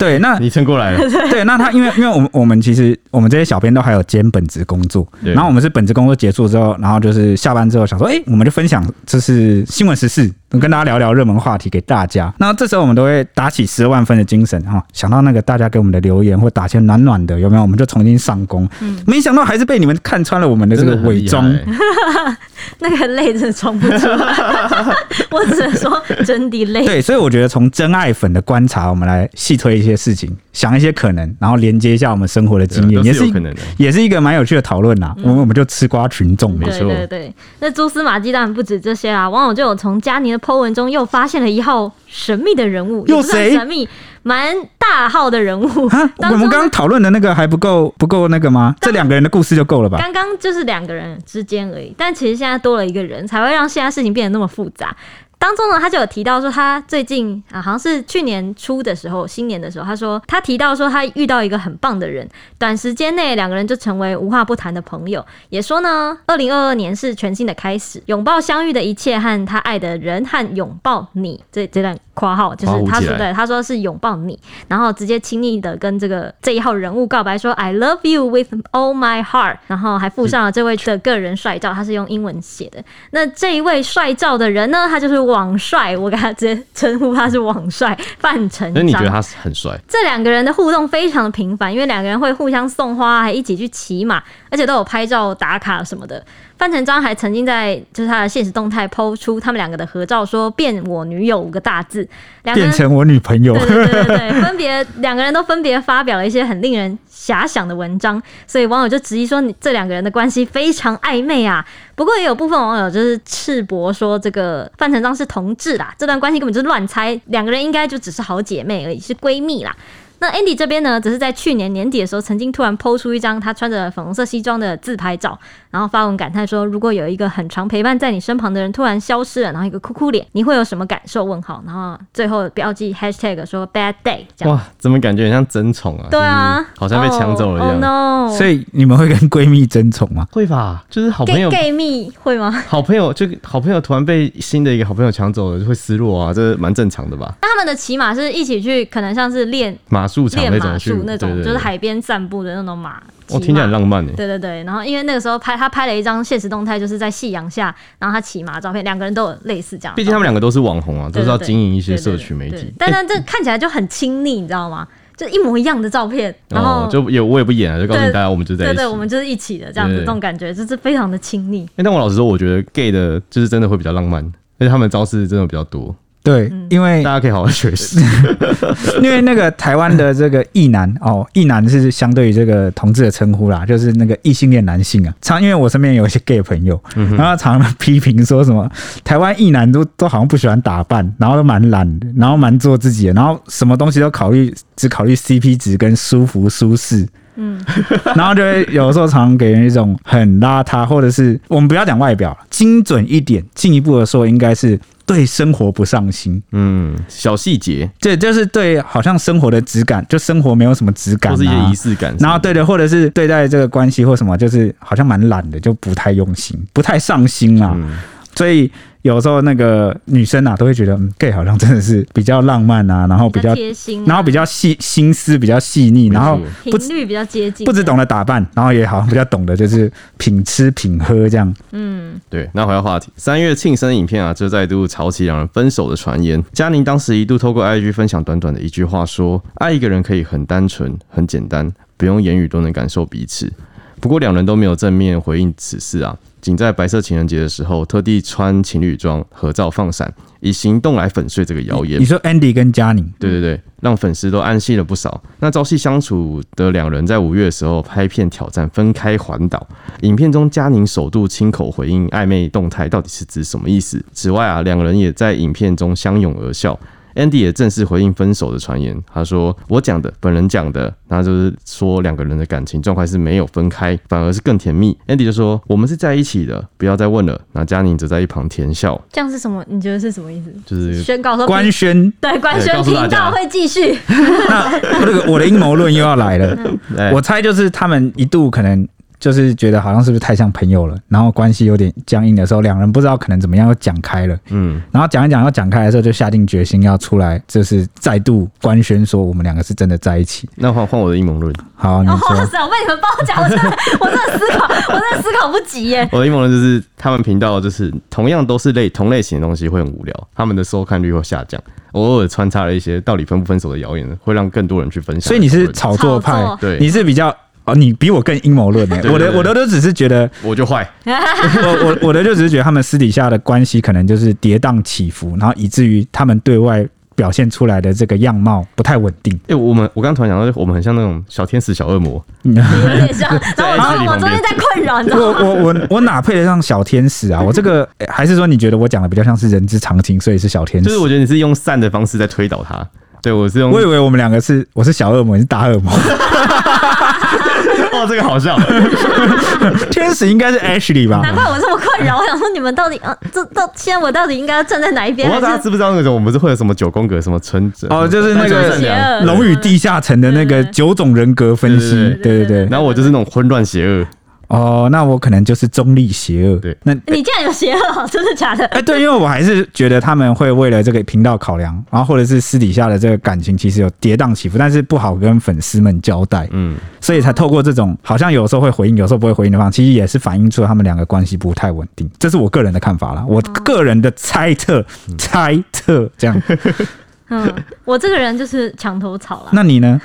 S1: 对那
S3: 你撑过来了。
S1: 对，那他因为因为我们我们其实我们这些小编都还有兼本职工作，
S3: 对
S1: 然后我们是本职工作结束之后，然后就是下班之后想说，哎、我们就分享就是新闻时事，跟大家聊聊热门话题给大家。那这时候我们都会打起十万分的精神哈、想到那个大家给我们的留言或打些暖暖的，有没有？我们就重新上工。没想到还是被你们看穿了我们的这
S3: 真
S1: 个
S3: 的很
S1: 伪
S3: 厉害
S1: 装。
S2: 那个泪真的装不出来， 我只能说真的累。
S1: 对，所以我觉得从真爱粉的观察，我们来细推一些事情，想一些可能，然后连接一下我们生活的经
S3: 对
S1: 验，
S3: 啊都
S1: 也
S3: 是
S1: 是
S3: 有可能的。
S1: 也是一个蛮有趣的讨论啦。我们我们就吃瓜群众嘛
S3: 没。
S2: 对
S3: 错
S2: 对对，那蛛丝马迹当然不止这些啊啦。网友就有从佳妮的 Po 文中又发现了一号神秘的人物，
S1: 又
S2: 也不算
S1: 谁
S2: 神秘，蛮大号的人物
S1: 啊，我
S2: 当
S1: 们
S2: 中
S1: 刚刚讨论的那个还不够不够那个吗？这两个人的故事就够了吧？
S2: 刚刚就是两个人之间而已，但其实现在多了一个人，才会让现在事情变得那么复杂。当中呢，他就有提到说，他最近啊，好像是去年初的时候，新年的时候，他说他提到说他遇到一个很棒的人，短时间内两个人就成为无话不谈的朋友。也说呢，二零二二年是全新的开始，拥抱相遇的一切和他爱的人和拥抱你这这段括号，就是
S3: 括
S2: 他
S3: 弧起
S2: 说
S3: 来
S2: 的，他说是拥抱你，然后直接亲昵的跟这个这一号人物告白说 I love you with all my heart，然后还附上了这位的个人帅照，他是用英文写的。那这一位帅照的人呢，他就是网帅，我给他直接称呼他是网帅范丞
S3: 那你觉
S2: 章
S3: 得他很帅？
S2: 这两个人的互动非常的频繁，因为两个人会互相送花，还一起去骑马，而且都有拍照打卡什么的。范丞章还曾经在就是他的现实动态抛出他们两个的合照，说“变我女友”五个大字，两个
S1: 变
S2: 人
S1: 成我女朋友，
S2: 对对对 对，分别两个人都分别发表了一些很令人遐想的文章，所以网友就质疑说，你这两个人的关系非常暧昧啊。不过也有部分网友就是赤膊说，这个范丞章是同志啦，这段关系根本就是乱猜，两个人应该就只是好姐妹而已，是闺蜜啦。那 Andy 这边呢，则是在去年年底的时候，曾经突然抛出一张他穿着粉红色西装的自拍照，然后发文感叹说：“如果有一个很常陪伴在你身旁的人突然消失了，然后一个哭哭脸，你会有什么感受？”问号，然后最后标记 hashtag 说 bad day 这样。
S3: 哇，怎么感觉很像争宠啊？
S2: 对啊
S3: 就是，好像被抢走了
S2: 哦
S3: 一样。
S2: 哦 no，
S1: 所以你们会跟闺蜜争宠吗？
S3: 会吧？就是好朋
S2: gay
S3: 友，
S2: gay 蜜会吗？
S3: 好朋友就好朋友突然被新的一个好朋友抢走了，就会失落啊，这蛮正常的吧？
S2: 那他们的骑马是一起去，可能像是练
S3: 马术场
S2: 练
S3: 那
S2: 马
S3: 种去
S2: 术那种，
S3: 对对对
S2: 就是海边散步的那种马。
S3: 我
S2: 骑
S3: 听起来
S2: 马
S3: 很浪漫欸诶。
S2: 对对对，然后因为那个时候拍他拍了一张现实动态，就是在夕阳下，然后他骑马的照片，两个人都有类似这样的照片。
S3: 毕竟他们两个都是网红啊，都
S2: 对
S3: 是要
S2: 对对
S3: 经营一些
S2: 对对
S3: 社
S2: 对
S3: 区媒
S2: 对
S3: 体。
S2: 但但这看起来就很亲密，你知道吗？就一模一样的照 片，然后、
S3: 哦，就也我也不演了，就告诉
S2: 对
S3: 大家我们就在一
S2: 对
S3: 起
S2: 对，。我们就是一起的这样子，
S3: 对对对
S2: 这种感觉就是非常的亲密。
S3: 欸但我老实说，我觉得 gay 的就是真的会比较浪漫，而且他们的招式真的比较多，
S1: 对，
S2: 嗯
S1: 因为
S3: 大家可以好好学习。
S1: 因为那个台湾的这个异男哦，异男是相对于这个同志的称呼啦，就是那个异性恋男性啊。常因为我身边有一些 gay 朋友，然后常常批评说什么台湾异男都都好像不喜欢打扮，然后都蛮懒的，然后蛮做自己的，然后什么东西都考虑只考虑 CP 值跟舒服舒适。
S2: 嗯，
S1: 然后就会有时候常常给人一种很邋遢，或者是我们不要讲外表，精准一点，进一步的说应该是对生活不上心。
S3: 嗯，小细节
S1: 对，就是对，好像生活的质感，就生活没有什么质感、啊，
S3: 或是一些仪式感什么的，
S1: 然后对的，或者是对待这个关系或什么，就是好像蛮懒的，就不太用心，不太上心啦、
S3: 嗯
S1: 所以有时候那个女生啊，都会觉得嗯，gay 好像真的是比较浪漫啊，
S3: 哦
S1: 然后比较，
S2: 贴心啊、
S1: 然后比较细，心思比较细腻，
S3: 没
S1: 然后
S3: 错
S1: 不
S2: 频率比较接近，
S1: 不只懂得打扮，然后也好像比较懂得就是品吃品喝这样。
S2: 嗯，
S3: 对，那回到话题，三月庆生影片啊，就再度炒起两人分手的传言。佳宁当时一度透过 IG 分享短短的一句话说：“爱一个人可以很单纯、很简单，不用言语都能感受彼此。”不过两人都没有正面回应此事啊，仅在白色情人节的时候特地穿情侣装合照放闪，以行动来粉碎这个谣言
S1: 你。说 Andy 跟佳宁，
S3: 对对对，让粉丝都暗戏了不少。那朝夕相处的两人在五月的时候拍片挑战分开环岛，影片中佳宁首度亲口回应暧昧动态到底是指什么意思。此外啊，两人也在影片中相拥而笑。Andy 也正式回应分手的传言，他说：“我讲的，本人讲的，那就是说两个人的感情状态是没有分开，反而是更甜蜜。”Andy 就说：“我们是在一起的，不要再问了。”那佳宁则在一旁甜笑，
S2: 这样是什么？你觉得是什么意思？
S3: 就是
S2: 宣告说
S1: 官宣，
S2: 对官宣
S3: 对告诉大
S2: 频
S3: 家嗯
S2: 道会继续，
S1: 那这个我的阴谋论又要来了。
S3: 哎
S1: 我猜就是他们一度可能就是觉得好像是不是太像朋友了，然后关系有点僵硬的时候，两人不知道可能怎么样又讲开了，
S3: 嗯，
S1: 然后讲一讲要讲开的时候，就下定决心要出来，就是再度官宣说我们两个是真的在一起。
S3: 那换换我的阴谋论。
S1: 好，你
S2: 哦
S1: 说。
S2: 哇塞！我被你们包夹，我真的， 我真的思考，我真的思考不及耶。
S3: 我的阴谋论就是他们频道就是同样都是类同类型的东西会很无聊，他们的收看率会下降。偶尔穿插了一些到底分不分手的谣言，会让更多人去分享。
S1: 所以你是炒作派
S2: 炒，
S3: 作
S1: 你是比较哦，你比我更阴谋论呢。
S3: 对对
S1: 我的
S3: 对
S1: 我的都只是觉得，
S3: 我就坏，
S1: 我我我的就只是觉得他们私底下的关系可能就是跌宕起伏，然后以至于他们对外表现出来的这个样貌不太稳 定。
S3: 哎、我们我刚突然想到，我们很像那种小天使、小恶魔，
S2: 有点像，然后我
S3: 在
S2: 说我昨天在困扰，你知道吗？
S1: 我我我我哪配得上小天使啊？我这个诶还是说你觉得我讲的比较像是人之常情，所以是小天使？
S3: 就是我觉得你是用善的方式在推导他，对我是用
S1: 我以为我们两个是我是小恶魔，你是大恶魔，
S3: 哇，哦这个好笑，
S1: 天使应该是 Ashley 吧？
S2: 难怪我这么困扰。我想说，你们到底啊，这到现在我到底应该要站在哪一
S3: 我
S2: 边？
S3: 不知道
S2: 还
S3: 大家
S2: 是
S3: 知不知道那种我们是会有什么九宫格什么纯
S1: 哦，就是那
S3: 单纯
S1: 个
S3: 善
S2: 邪
S3: 良
S2: 恶
S1: 《 龙与地下城》的那个
S2: 对对对
S1: 九种人格分析，
S3: 对
S1: 嗯对对对。
S3: 然后我就是那种混乱邪恶，
S1: 哦，那我可能就是中立邪恶。
S3: 对，
S1: 那
S2: 你竟然有邪恶， 真的假的？
S1: 哎，对，因为我还是觉得他们会为了这个频道考量，然后或者是私底下的这个感情其实有跌宕起伏，但是不好跟粉丝们交代，
S3: 嗯，
S1: 所以才透过这种好像有时候会回应，有时候不会回应的方式，其实也是反映出他们两个关系不太稳定。这是我个人的看法啦，我个人的猜测，猜测这样。
S2: 嗯，我这个人就是墙头草啦，
S1: 那你呢？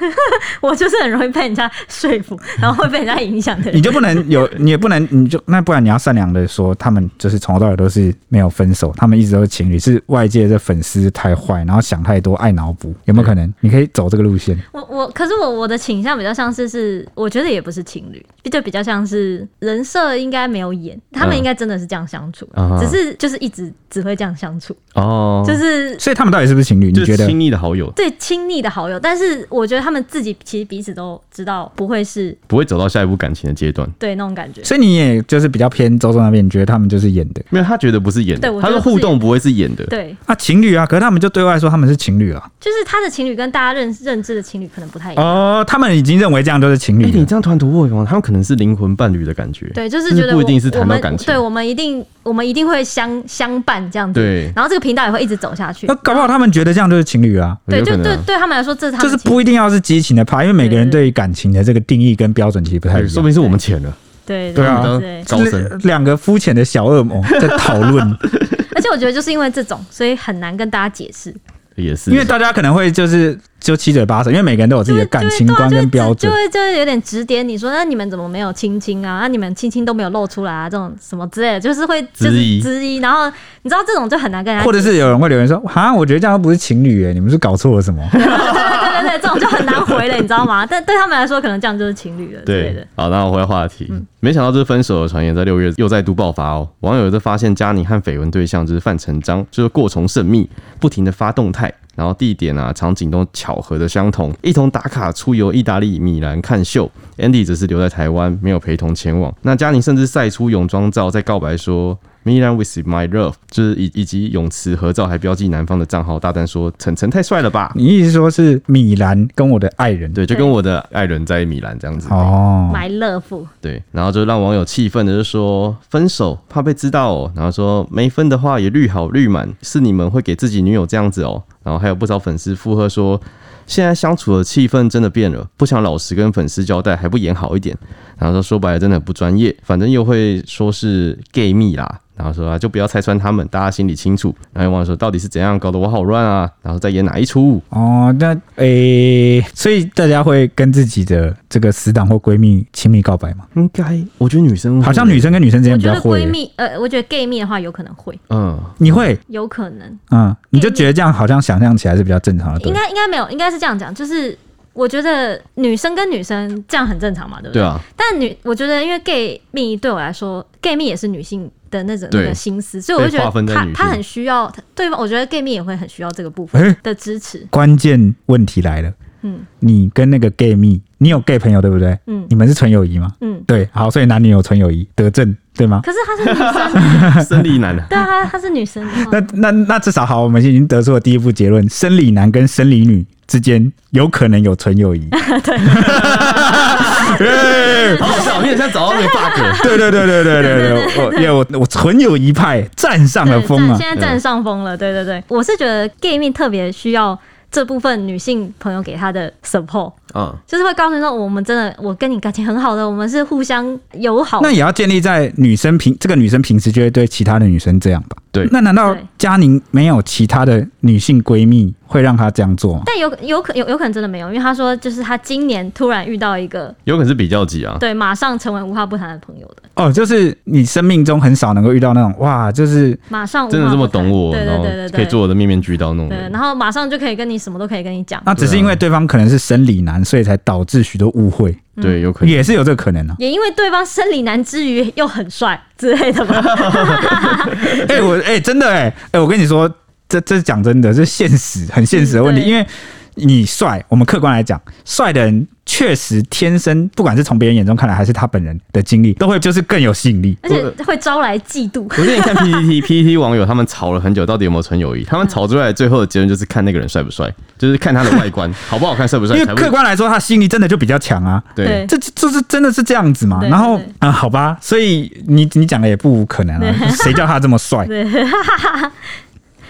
S2: 我就是很容易被人家说服，然后会被人家影响的人。
S1: 你就不能有， 你也不能，你就那不然你要善良的说，他们就是从头到尾都是没有分手，他们一直都是情侣，是外界的粉丝太坏，然后想太多，爱脑补，有没有可能？你可以走这个路线。
S2: 我我，可是我我的倾向比较像是是，我觉得也不是情侣，就比较像是人设应该没有演，他们
S3: 嗯
S2: 应该真的是这样相处，
S3: 啊哈
S2: 只是就是一直只会这样相处，
S3: 哦，
S2: 就是
S1: 所以他们到底是不是情侣？你
S3: 就
S1: 觉
S3: 是
S1: 得？
S3: 亲密的好友
S2: 最亲密的好友。但是我觉得他们自己其实彼此都知道不会是
S3: 不会走到下一步感情的阶段，
S2: 对那种感觉。
S1: 所以你也就是比较偏周周那边，你觉得他们就是演的
S3: 没有他觉得不是演的
S2: 对，我
S3: 他
S2: 觉得
S3: 说
S2: 不是
S3: 互动不会是演的，
S2: 对，
S1: 啊情侣啊，可是他们就对外说他们是情侣啊。
S2: 就是他的情侣跟大家认认知的情侣可能不太一样。
S1: 哦，他们已经认为这样就是情
S3: 哎，
S1: 侣
S3: 你
S1: 了。
S3: 这样突然突破网，他们可能是灵魂伴侣的感觉，
S2: 对，就是
S3: 就是
S2: 觉得
S3: 不一
S2: 我
S3: 定是谈
S2: 我
S3: 到
S2: 们
S3: 感情
S2: 对我们一定我们一定会相相伴这样子，
S3: 对
S2: 然后这个频道也会一直走下去
S1: 那。搞不好他们觉得这样就是情侣啊，
S3: 我觉
S2: 对，
S3: 得
S2: 就
S3: 可能
S2: 对
S3: 啊
S2: 对他们来说，这是他
S1: 就
S2: 们
S1: 是
S2: 的情
S1: 不一定要是激情的趴，因为每个人
S2: 对
S1: 对于感情的这个定义跟标准其实不太一
S3: 对，
S1: 样。
S3: 哎说不定是我们浅了，
S2: 对
S1: 对啊
S3: 我们
S2: 对
S3: 当高深，
S1: 两个肤浅的小恶魔在讨论，
S2: 而且我觉得就是因为这种，所以很难跟大家解释，
S3: 也是，
S1: 因为大家可能会就是就七嘴八舌，因为每个人都有自己的感情观跟标
S2: 就
S1: 准。
S2: 会就会有点指点你说，那你们怎么没有亲亲啊？那你们亲亲都没有露出来啊？这种什么之类的，就是会就是
S3: 质疑
S2: 质疑，然后你知道这种就很难跟人家
S1: 或者
S2: 解
S1: 是有人会留言说：“哈，我觉得这样又不是情侣哎，你们是搞错了什么
S2: 对对对，这种就很难回了，你知道吗？但对他们来说，可能这样就是情侣了之类的嗯
S3: 对。，好，那我回到话题。没想到这分手的传言在六月又再度爆发哦。网友就发现佳宁和绯闻对象就是范成章，就是过从甚密，不停的发动态，然后地点啊、场景都巧合的相同，一同打卡出游意大利米兰看秀。Andy 只是留在台湾，没有陪同前往。那佳宁甚至晒出泳装照，在告白说。Milan with my love，就是以以及泳池合照，还标记男方的账号，大胆说晨晨太帅了吧？”？”
S1: 你意思说是米兰跟我的爱人？
S3: 对，就跟我的爱人在米兰这样子。
S1: 哦，
S2: 买乐福，
S3: 对，然后就让网友气愤的就说分手怕被知道哦，然后说没分的话也绿好绿满，是你们会给自己女友这样子哦。然后还有不少粉丝附和说，现在相处的气氛真的变了，不想老实跟粉丝交代，还不演好一点。然后说说白了真的很不专业，反正又会说是 gay 蜜啦。然后说啊，就不要拆穿他们，大家心里清楚。然后有网友说，到底是怎样搞得我好乱啊？然后再演哪一出？
S1: 哦，那诶、所以大家会跟自己的这个死党或闺蜜亲密告白吗？
S3: 应该，我觉得女生会
S1: 好像女，生跟女生之
S2: 嗯我
S1: 间比
S2: 觉
S1: 较
S2: 得
S1: 会
S2: 闺
S1: 耶，
S2: 蜜，呃，我觉得 gay 蜜的话有可能会，
S3: 嗯，
S1: 你会
S2: 有可能，
S1: 嗯，你就觉得这样好像想象起来是比较正
S3: 啊
S1: 常的，对
S2: 应该应该没有，应该是这样讲，就是我觉得女生跟女生这样很正常嘛，对不
S3: 对 啊，
S2: 但女，我觉得因为 gay 蜜对我来说，gay 蜜也是女性的那种
S3: 对
S2: 那个心思，所以我就觉
S3: 被划分
S2: 得
S3: 在
S2: 她
S3: 女性
S2: 她很需要她对方，我觉得 gay 蜜也会很需要这个部
S1: 诶
S2: 分的支持。
S1: 关键问题来了，
S2: 嗯
S1: 你跟那个 gay 蜜，你有 gay 朋友对不对？
S2: 嗯
S1: 你们是纯友谊吗？
S2: 嗯，
S1: 对，好，所以男女有纯友谊得证，对吗？
S2: 可是她是女生，
S3: 生理男啊。
S2: 对啊，她她是女生，
S1: 那那那至少好，我们已经得出了第一步结论：生理男跟生理女之间有可能有纯 友谊。 对，
S3: 好笑，你很像找到那个 bug。
S1: 对对对对对对对，我耶我我纯友谊派占上了
S2: 对，
S1: 风
S2: 占
S1: 啊！
S2: 现在占上风了，对对对，我是觉得 gay 蜜特别需要这部分女性朋友给她的 support，
S3: 嗯，
S2: 就是会告诉你说，我们真的，我跟你感情很好的，我们是互相友好的
S1: 那也要建立在女生平这个女生平时就会对其他的女生这样吧？
S3: 对
S1: 那难道
S2: 对
S1: 佳宁没有其他的女性闺蜜会让她这样做吗？
S2: 但有有可有有可能真的没有，因为他说就是他今年突然遇到一个
S3: 有可能是比较级啊。
S2: 对马上成为无话不谈的朋友的，
S1: 哦，就是你生命中很少能够遇到那种哇，就是
S2: 马上无话不
S3: 真
S2: 谈
S3: 的这么懂我，
S2: 对
S3: 然
S2: 对
S3: 后
S2: 对对对，
S3: 可以做我的面面俱到那种
S2: 对，
S3: 人。
S2: 然后马上就可以跟你什么都可以跟你讲，
S1: 那只是因为对方可能是生理男，所以才导致许多误会，
S2: 嗯
S3: 对，有可能。
S1: 也是有这个可能啊。
S2: 也因为对方生理男之余又很帅之类 的吧，
S1: 哎、我哎、真的哎、哎、我跟你说，这这讲真的，这是现实很现实的问题，
S2: 嗯对
S1: 因为你帅，我们客观来讲，帅的人确实天生，不管是从别人眼中看来，还是他本人的经历，都会就是更有吸引力。
S2: 而且会招来嫉妒。
S3: 我之前看 PPT PPT 网友他们吵了很久，到底有没有纯 友谊？他们吵出来的最后的结论就是看那个人帅不帅，就是看他的外 观好不好看，帅不
S1: 因
S3: 帅
S1: 为
S3: 才
S1: 客
S3: 会
S1: 观来说，他吸引力真的就比较强啊。
S3: 对。
S1: 这这这是真的是这样子嘛？
S2: 对
S1: 然后
S2: 对对
S1: 啊、好吧，所以你你讲的也不无可能啊，谁叫他这么帅？
S2: 对，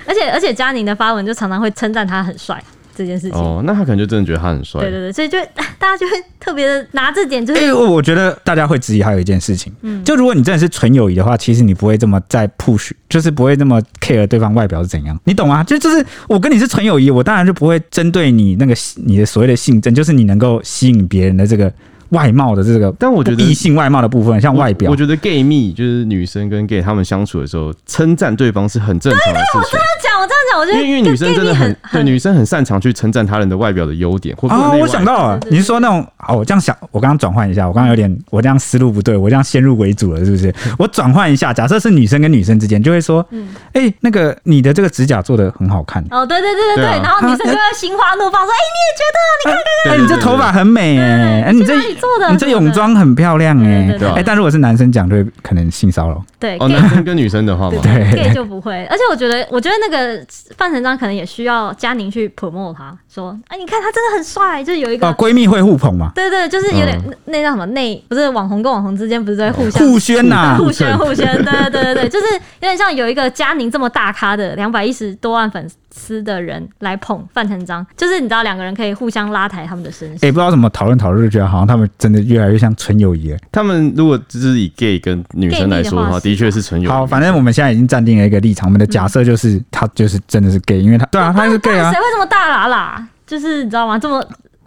S2: 而且而且佳宁的发文就常常会称赞他很帅这件事情。
S3: 哦，那他可能就真的觉得他很帅
S2: 对。对对，所以就 大家就会特别的拿这点，就
S1: 哎、
S2: 是
S1: 我我觉得大家会质疑还有一件事情，
S2: 嗯
S1: 就如果你真的是纯友谊的话，其实你不会这么在 push，就是不会这么 care 对方外表是怎样，你懂吗？就就是我跟你是纯友谊，我当然就不会针对你那个你的所谓的性征，就是你能够吸引别人的这个外貌的这个，
S3: 但我觉得
S1: 异性外貌的部分，像外表
S3: 我，我觉得 gay 蜜就是女生跟 gay 他们相处的时候，称赞对方是很正常的事情。
S2: 这样讲，我这样讲，我觉
S3: 哎因
S2: 得
S3: 为因为女生真
S2: 跟 gay
S3: 的
S2: 蜜
S3: 很对
S2: 很
S3: 女生很擅长去称赞他人的外表的优点或不
S1: 啊、
S3: 内外
S1: 我想到了
S2: 对，对
S1: 你是说那种好，我这样想，我刚刚转换一下，我刚刚有点，我这样思路不对，我这样先入为主了，是不是？我转换一下，假设是女生跟女生之间，就会说，
S2: 嗯
S1: 哎、那个你的这个指甲做的很好看，
S2: 哦，对对对对
S3: 对啊
S2: 对，然后女生就会心花怒放说，哎，
S3: 对
S1: 哎、
S3: 对
S1: 你这
S3: 对
S1: 头发很美哎、哎，
S2: 你
S1: 你
S2: 也觉得
S1: 这
S2: 是哪里做的？
S1: 你这泳装很漂亮哎、
S2: 对对
S1: 哎、
S2: 对
S3: 对
S1: 但如果是男生讲，就会可能性骚扰，
S2: 对
S3: 哦，
S2: gay
S3: 男生跟女生的话嘛，
S1: 对
S2: gay 就不会，而且我觉得，我觉得那个范成章可能也需要佳宁去 promote 他，说，哎，你看他真的很帅，就是有一个嗯
S1: 哦，闺蜜会互捧嘛，
S2: 对对，就是有点那那叫什么内，不是网红跟网红之间不是都会互相
S1: 互宣呐、
S2: 互宣互宣，对对对对对，就是有点像有一个佳宁这么大咖的两百一十多万粉丝的人来捧范成章，就是你知道两个人可以互相拉抬他们的身
S1: 哎、
S2: 世。
S1: 不知道怎么讨论讨论，就觉得好像他们真的越来越像纯友谊了。
S3: 他们如果就是以 gay 跟女生来说
S2: gay
S3: 的
S2: 蜜的话
S3: 话，
S2: 是
S3: 的确是纯友谊。
S1: 好，反正我们现在已经暂定了一个立场，我们的假设就是、他就是真的是 gay，因为他对啊，他是 gay 啊
S2: 谁。会这么大啦啦？就是你知道吗？这么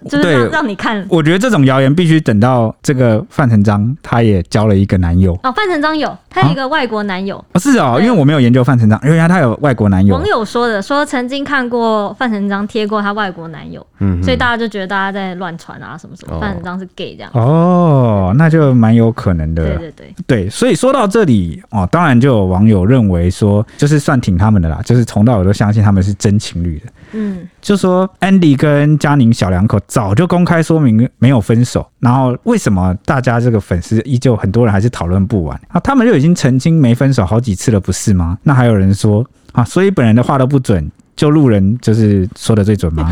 S2: 就是
S1: 对
S2: 让让你看
S1: 我觉得这种谣言必须等到这个范成章他也交了一个男友。
S2: 哦，范成章有，
S3: 啊
S2: 他有一个外国男友，
S1: 哦、是哦，
S2: 对
S1: 因为我没有研究范成章，原来他有外国男友
S2: 网。友说的，说曾经看过范成章贴过他外国男友，
S3: 嗯哼
S2: 所以大家就觉得大家在乱传啊什么什么，
S3: 哦
S2: 范成章是 gay 这样。
S1: 哦，那就蛮有可能的。
S2: 对
S3: 啊
S2: 对对，
S1: 对，所以说到这里哦，当然就有网友认为说，就是算挺他们的啦，就是从到尾都相信他们是真情侣的。
S2: 嗯，
S1: 就说 Andy 跟佳宁小两口早就公开说明没有分手，然后为什么大家这个粉丝依旧很多人还是讨论不完啊？他们就已经澄清没分手好几次了，不是吗？那还有人说啊，所以本人的话都不准，就路人就是说的最准吗？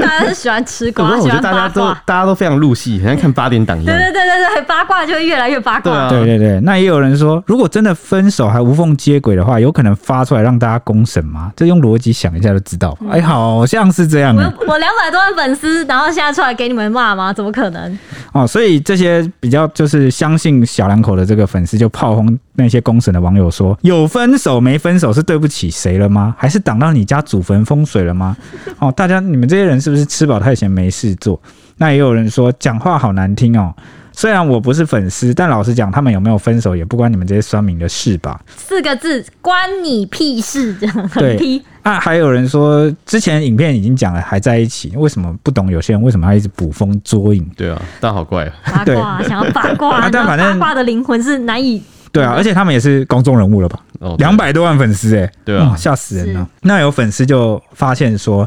S2: 大家是喜欢吃
S3: 我
S2: 瓜，
S3: 我
S2: 啊喜
S3: 觉
S2: 欢
S3: 得大
S2: 八
S3: 家都
S2: 卦。
S3: 大家都非常入戏，很像看八点档一
S2: 对
S3: 样。
S2: 对对对对，八卦就会越来越八卦。
S3: 对啊
S1: 对对对，那也有人说，如果真的分手还无缝接轨的话，有可能发出来让大家公审吗？这用逻辑想一下就知道。哎、好像是这样欸
S2: 我
S1: 的、
S2: 又我两百多万粉丝，然后现在出来给你们骂吗？怎么可能？
S1: 哦，所以这些比较就是相信小两口的这个粉丝就炮轰那些公审的网友说，有分手没分手是对不起谁了吗？还是挡到你家祖坟风水了吗？哦，大家你们这些人是不是吃饱太闲没事做？那也有人说讲话好难听哦。虽然我不是粉丝，但老实讲，他们有没有分手也不关你们这些酸民的事吧。
S2: 四个字，关你屁事！这样
S1: 对
S2: 很批。
S1: 啊，还有人说之前影片已经讲了，还在一起，为什么不懂？有些人为什么要一直捕风捉影？
S3: 对啊，大家好怪啊！
S2: 八
S1: 对
S2: 卦，想要八卦，
S1: 啊
S2: 你知道
S1: 但反正
S2: 八卦的灵魂是难以
S1: 对啊，而且他们也是公众人物了吧？
S3: 哦，
S1: 两百多万粉丝哎、
S3: 对啊
S1: 哇吓、死人了。那有粉丝就发现说。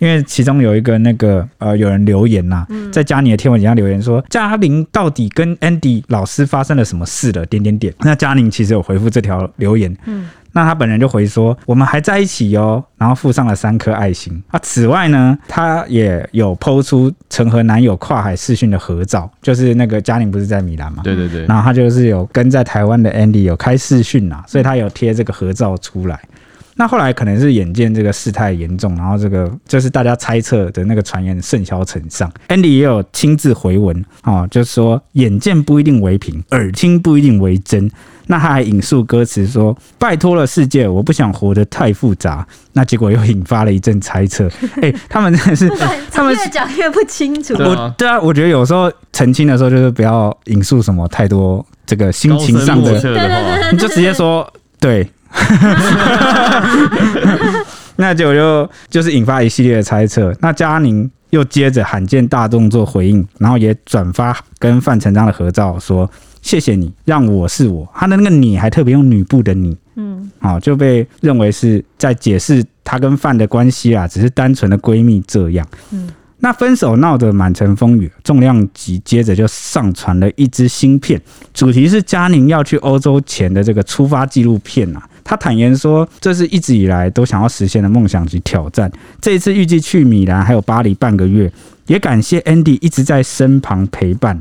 S1: 因为其中有一个那个呃，有人留言呐、在佳宁的贴文底下留言说，嘉玲到底跟 Andy 老师发生了什么事了？点点点。那嘉宁其实有回复这条留言，
S2: 嗯
S1: 那他本人就回说：“我们还在一起哟、然后附上了三颗爱心啊。此外呢，他也有抛出曾和男友跨海视讯的合照，就是那个嘉玲不是在米兰嘛？
S3: 对对对，
S1: 然后他就是有跟在台湾的 Andy 有开视讯
S3: 嗯
S1: 啦，所以他有贴这个合照出来。那后来可能是眼见这个事态严重，然后这个就是大家猜测的那个传言甚嚣尘上。Andy 也有亲自回文哦，就说眼见不一定为凭，耳听不一定为真。那他还引述歌词说：“拜托了世界，我不想活得太复杂。”那结果又引发了一阵猜 测。哎、他们真的是 他们
S2: 越讲越不清楚。
S3: 对啊
S1: 我对啊，我觉得有时候澄清的时候，就是不要引述什么太多这个心
S3: 高
S1: 情
S3: 深
S1: 上
S3: 莫
S1: 的，
S3: 测
S2: 对对
S3: 的
S2: 对
S3: 话，
S2: 对，
S1: 啊你就直接说对。 那就就就是引发一系列的猜测。那佳宁又接着罕见大动作回应，然后也转发跟范成章的合照，说谢谢你让我是我。他的那个你还特别用女部的你，哦
S2: 嗯，
S1: 啊、就被认为是在解释她跟范的关系啊，只是单纯的闺蜜这样。
S2: 嗯
S1: 那分手闹得满城风雨，重量级接着就上传了一支芯片，主题是佳宁要去欧洲前的这个出发纪录片啊。他坦言说，这是一直以来都想要实现的梦想及挑战。这一次预计去米兰还有巴黎半个月，也感谢 Andy 一直在身旁陪伴。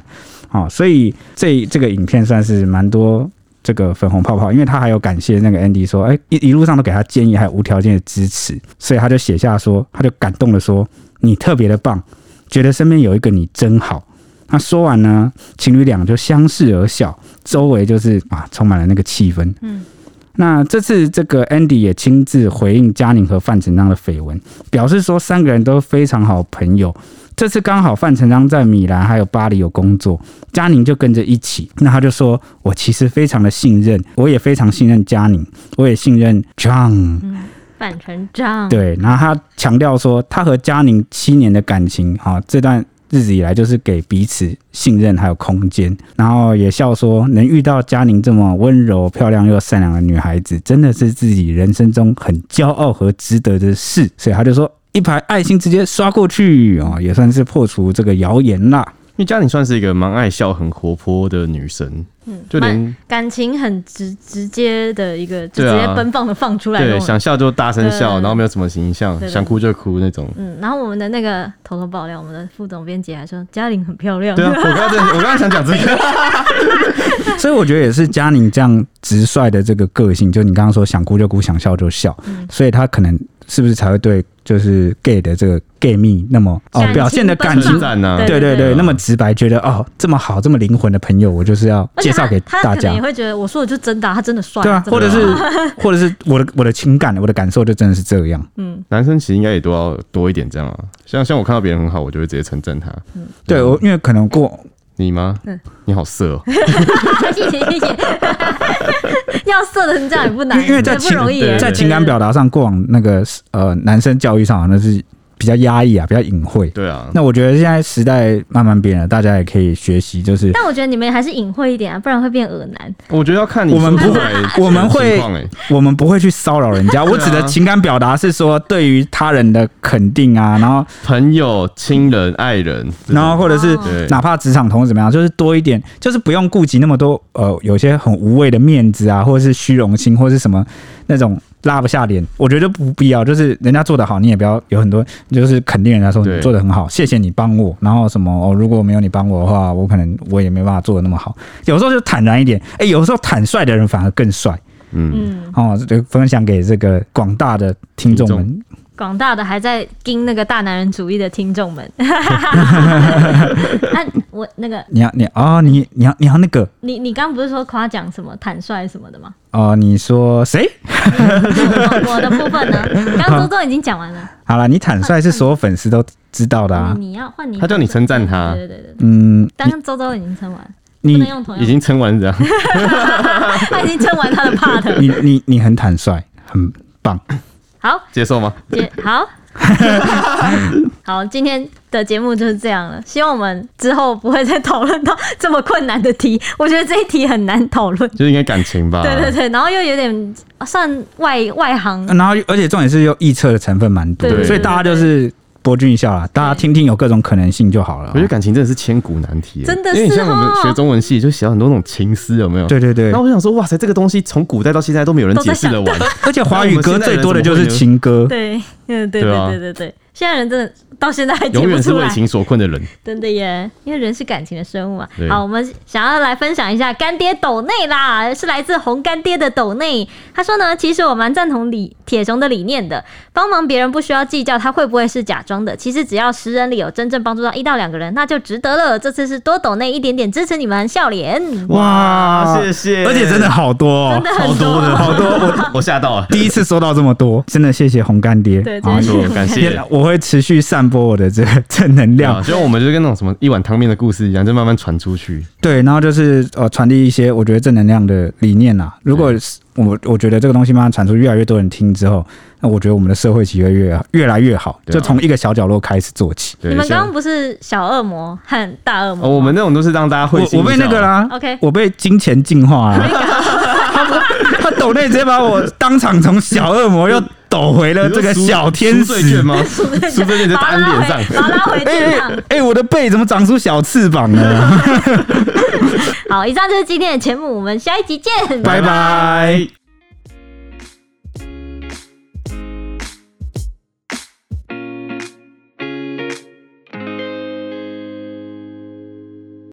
S1: 好、所以这这个影片算是蛮多这个粉红泡泡，因为他还有感谢那个 Andy 说，哎、一一路上都给他建议，还有无条件的支持，所以他就写下说，他就感动的说，你特别的棒，觉得身边有一个你真好。那说完呢，情侣俩就相视而笑，周围就是啊，充满了那个气氛。
S2: 嗯，
S1: 那这次这个 Andy 也亲自回应嘉宁和范丞章的绯闻，表示说三个人都非常好朋友。这次刚好范丞章在米兰还有巴黎有工作，嘉宁就跟着一起。那他就说：“我其实非常的信任，我也非常信任嘉宁，我也信任 John。”
S2: 范成章，
S1: 对，然后他强调说，他和佳宁七年的感情，哈、这段日子以来就是给彼此信任还有空间，然后也笑说，能遇到佳宁这么温柔、漂亮又善良的女孩子，真的是自己人生中很骄傲和值得的事，所以他就说。一排爱心直接刷过去哦，也算是破除这个谣言啦。
S3: 因为嘉玲算是一个蛮爱笑、很活泼的女生，
S2: 嗯
S3: 就
S2: 蛮
S3: 连
S2: 感情很直直接的一个，就
S3: 对
S2: 直
S3: 啊
S2: 接奔放的放出来那
S3: 对
S2: 种。
S3: 想笑就大声笑，
S2: 对
S3: 然后没有什么形象
S2: 对，对
S3: 想哭就哭那种。
S2: 嗯，然后我们的那个偷偷爆料，我们的副总编辑还说嘉玲很漂亮，
S3: 对啊，我刚才我刚才想讲这个，
S1: 所以我觉得也是佳宁这样直率的这个个性，就你刚刚说想哭就哭，想笑就笑，
S2: 嗯
S1: 所以他可能是不是才会对就是 gay 的这个 gay 蜜那么哦
S2: 感情
S1: 表现的感情
S3: 很啊赞呐。
S1: 对对
S2: 对
S1: 对，那么直白，觉得哦，这么好，这么灵魂的朋友，我就是要
S2: 而且
S1: 介
S2: 他
S1: 绍给
S2: 他
S1: 大
S2: 可能
S1: 家
S2: 也，会觉得我说的就真的啊，他真的帅，
S1: 对啊，
S2: 真的
S1: 或者
S2: 好
S1: 是 或者是我的我的情感，我的感受就真的是这样，
S2: 嗯，
S3: 男生其实应该也都要多一点这样啊。像像我看到别人很好，我就会直接称赞他。啊
S1: 对我，因为可能过
S3: 你吗
S2: 嗯？
S3: 你好色 哦。
S2: 谢谢谢谢， 要色的成这样也不
S1: 因
S2: 难，
S1: 为因为在
S2: 也不
S1: 情
S2: 容易啊
S3: 对
S2: 耶，
S1: 在情感表达上，过往那个呃男生教育上好像是比较压抑啊，比较隐晦。
S3: 对啊，
S1: 那我觉得现在时代慢慢变了，大家也可以学习，就是
S2: 但我觉得你们还是隐晦一点啊，不然会变恶男。
S3: 我觉得要看你
S1: 我们
S3: 出
S1: 不会
S3: 来
S1: 我们会
S3: 情况欸
S1: 我们不会去骚扰人家。我指的情感表达是说对于他人的肯定啊，然后
S3: 朋友、亲人、爱人，这种
S1: 嗯然后或者是
S2: 哦
S3: 对
S1: 哪怕职场同事怎么样，就是多一点，就是不用顾及那么多呃，有些很无谓的面子啊，或者是虚荣心，或者是什么那种拉不下脸，我觉得不必要。就是人家做得好，你也不要有很多，就是肯定人家说
S3: 对
S1: 你做得很好，谢谢你帮我。然后什么哦，如果没有你帮我的话，我可能我也没办法做得那么好。有时候就坦然一点，哎、有时候坦率的人反而更帅
S3: 嗯，
S2: 嗯，
S1: 哦，就分享给这个广大的听众们。
S2: 广大的还在盯那个大男人主义的听众 们。那我那个
S1: 你要你哦，你你要你要那个
S2: 你你刚不是说夸奖什么坦率什么的 吗？
S1: 哦，你说谁？
S2: 我我的部分呢，刚周周已经讲完了，
S1: 好了，你坦率是所有粉丝都知道的啊。
S2: 你你要换你，
S3: 他叫你称赞他
S2: 对对对对，
S1: 嗯，
S2: 刚周周已经称完了，不
S1: 你
S2: 能用同
S3: 已
S2: 样，
S3: 经称完这样，
S2: 他已经称完他的 part 了。
S1: 你你你很坦率，很棒。
S2: 好，
S3: 接受 吗？
S2: 姐， 好。好，今天的节目就是这样了。希望我们之后不会再讨论到这么困难的题。我觉得这一题很难讨论。
S3: 就是应该感情吧。
S2: 对对对，然后又有点算外外行，
S3: 嗯
S1: 然后而且重点是又臆测的成分蛮多的，
S3: 对
S1: 所以大家就是博君一笑啦，大家听听有各种可能性就好了
S3: 我。觉得感情真的是千古难题欸，
S2: 真的
S3: 因为你
S2: 是
S3: 像我们
S2: 哦
S3: 学中文系，就写到很多那种情诗，有没有？
S1: 对对对
S3: 然，后我想说，哇塞，这个东西从古代到现在都没有人解释的完，
S1: 而且华语歌最多的就是情歌，
S2: 对，嗯，对
S3: 对
S2: 对
S3: 啊
S2: 对对对，现在人真的到现在还解
S3: 永
S2: 不
S3: 远是
S2: 出
S3: 为
S2: 来，
S3: 情所困的人。
S2: 真的耶，因为人是感情的生物嘛
S3: 对。
S2: 好，我们想要来分享一下干爹斗内啦，是来自红干爹的斗内。他说呢，其实我蛮赞同李铁熊的理念的，帮忙别人不需要计较他会不会是假装的，其实只要十人里有真正帮助到一到两个人，那就值得了。这次是多斗内一点点支持你们，笑脸。
S1: 哇
S3: 谢
S1: 而且真的好多，哦，
S2: 真的很多
S3: 的
S1: 好多。我
S3: 我吓到了，
S1: 第一次收到这么多，真的谢谢红干爹。
S2: 对
S1: 好
S2: 真
S3: 没
S2: 的
S3: 错，感谢。
S1: 我会持续散播我的这个正能
S3: 对啊
S1: 量。
S3: 就像我们就是跟那种什么一碗汤面的故事一样，就慢慢传出去。
S1: 对，然后就是呃，传递一些我觉得正能量的理念啦。如
S3: 嗯
S1: 果是我我觉得这个东西慢慢传出，越来越多人听之后，那我觉得我们的社会企业越越来越好，
S3: 对啊
S1: 就从一个小角落开始做起。
S3: 对
S2: 你们刚
S3: 像
S2: 刚不是小恶魔和大恶魔
S3: 哦，
S2: 吗？
S3: 我们那种都是让大家
S1: 我
S3: 会心
S1: 我
S3: 一
S1: 被
S3: 笑
S1: 那个啦
S2: OK
S1: 我被金钱啊净化了。他不他抖内直接把我当场从小恶魔又抖回了这个小天
S3: 赎罪券
S1: 使。
S3: 吗？
S2: 是
S3: 是不是在
S2: 把他
S3: 他
S2: 拉
S3: 脸
S2: 回
S3: 上，
S2: 把他拉回
S1: 哎
S2: 正
S1: 哎
S2: 场。
S1: 哎，我的背怎么长出小翅膀呢？
S2: 好，以上就是今天的节目，我们下一集见，
S1: 拜拜。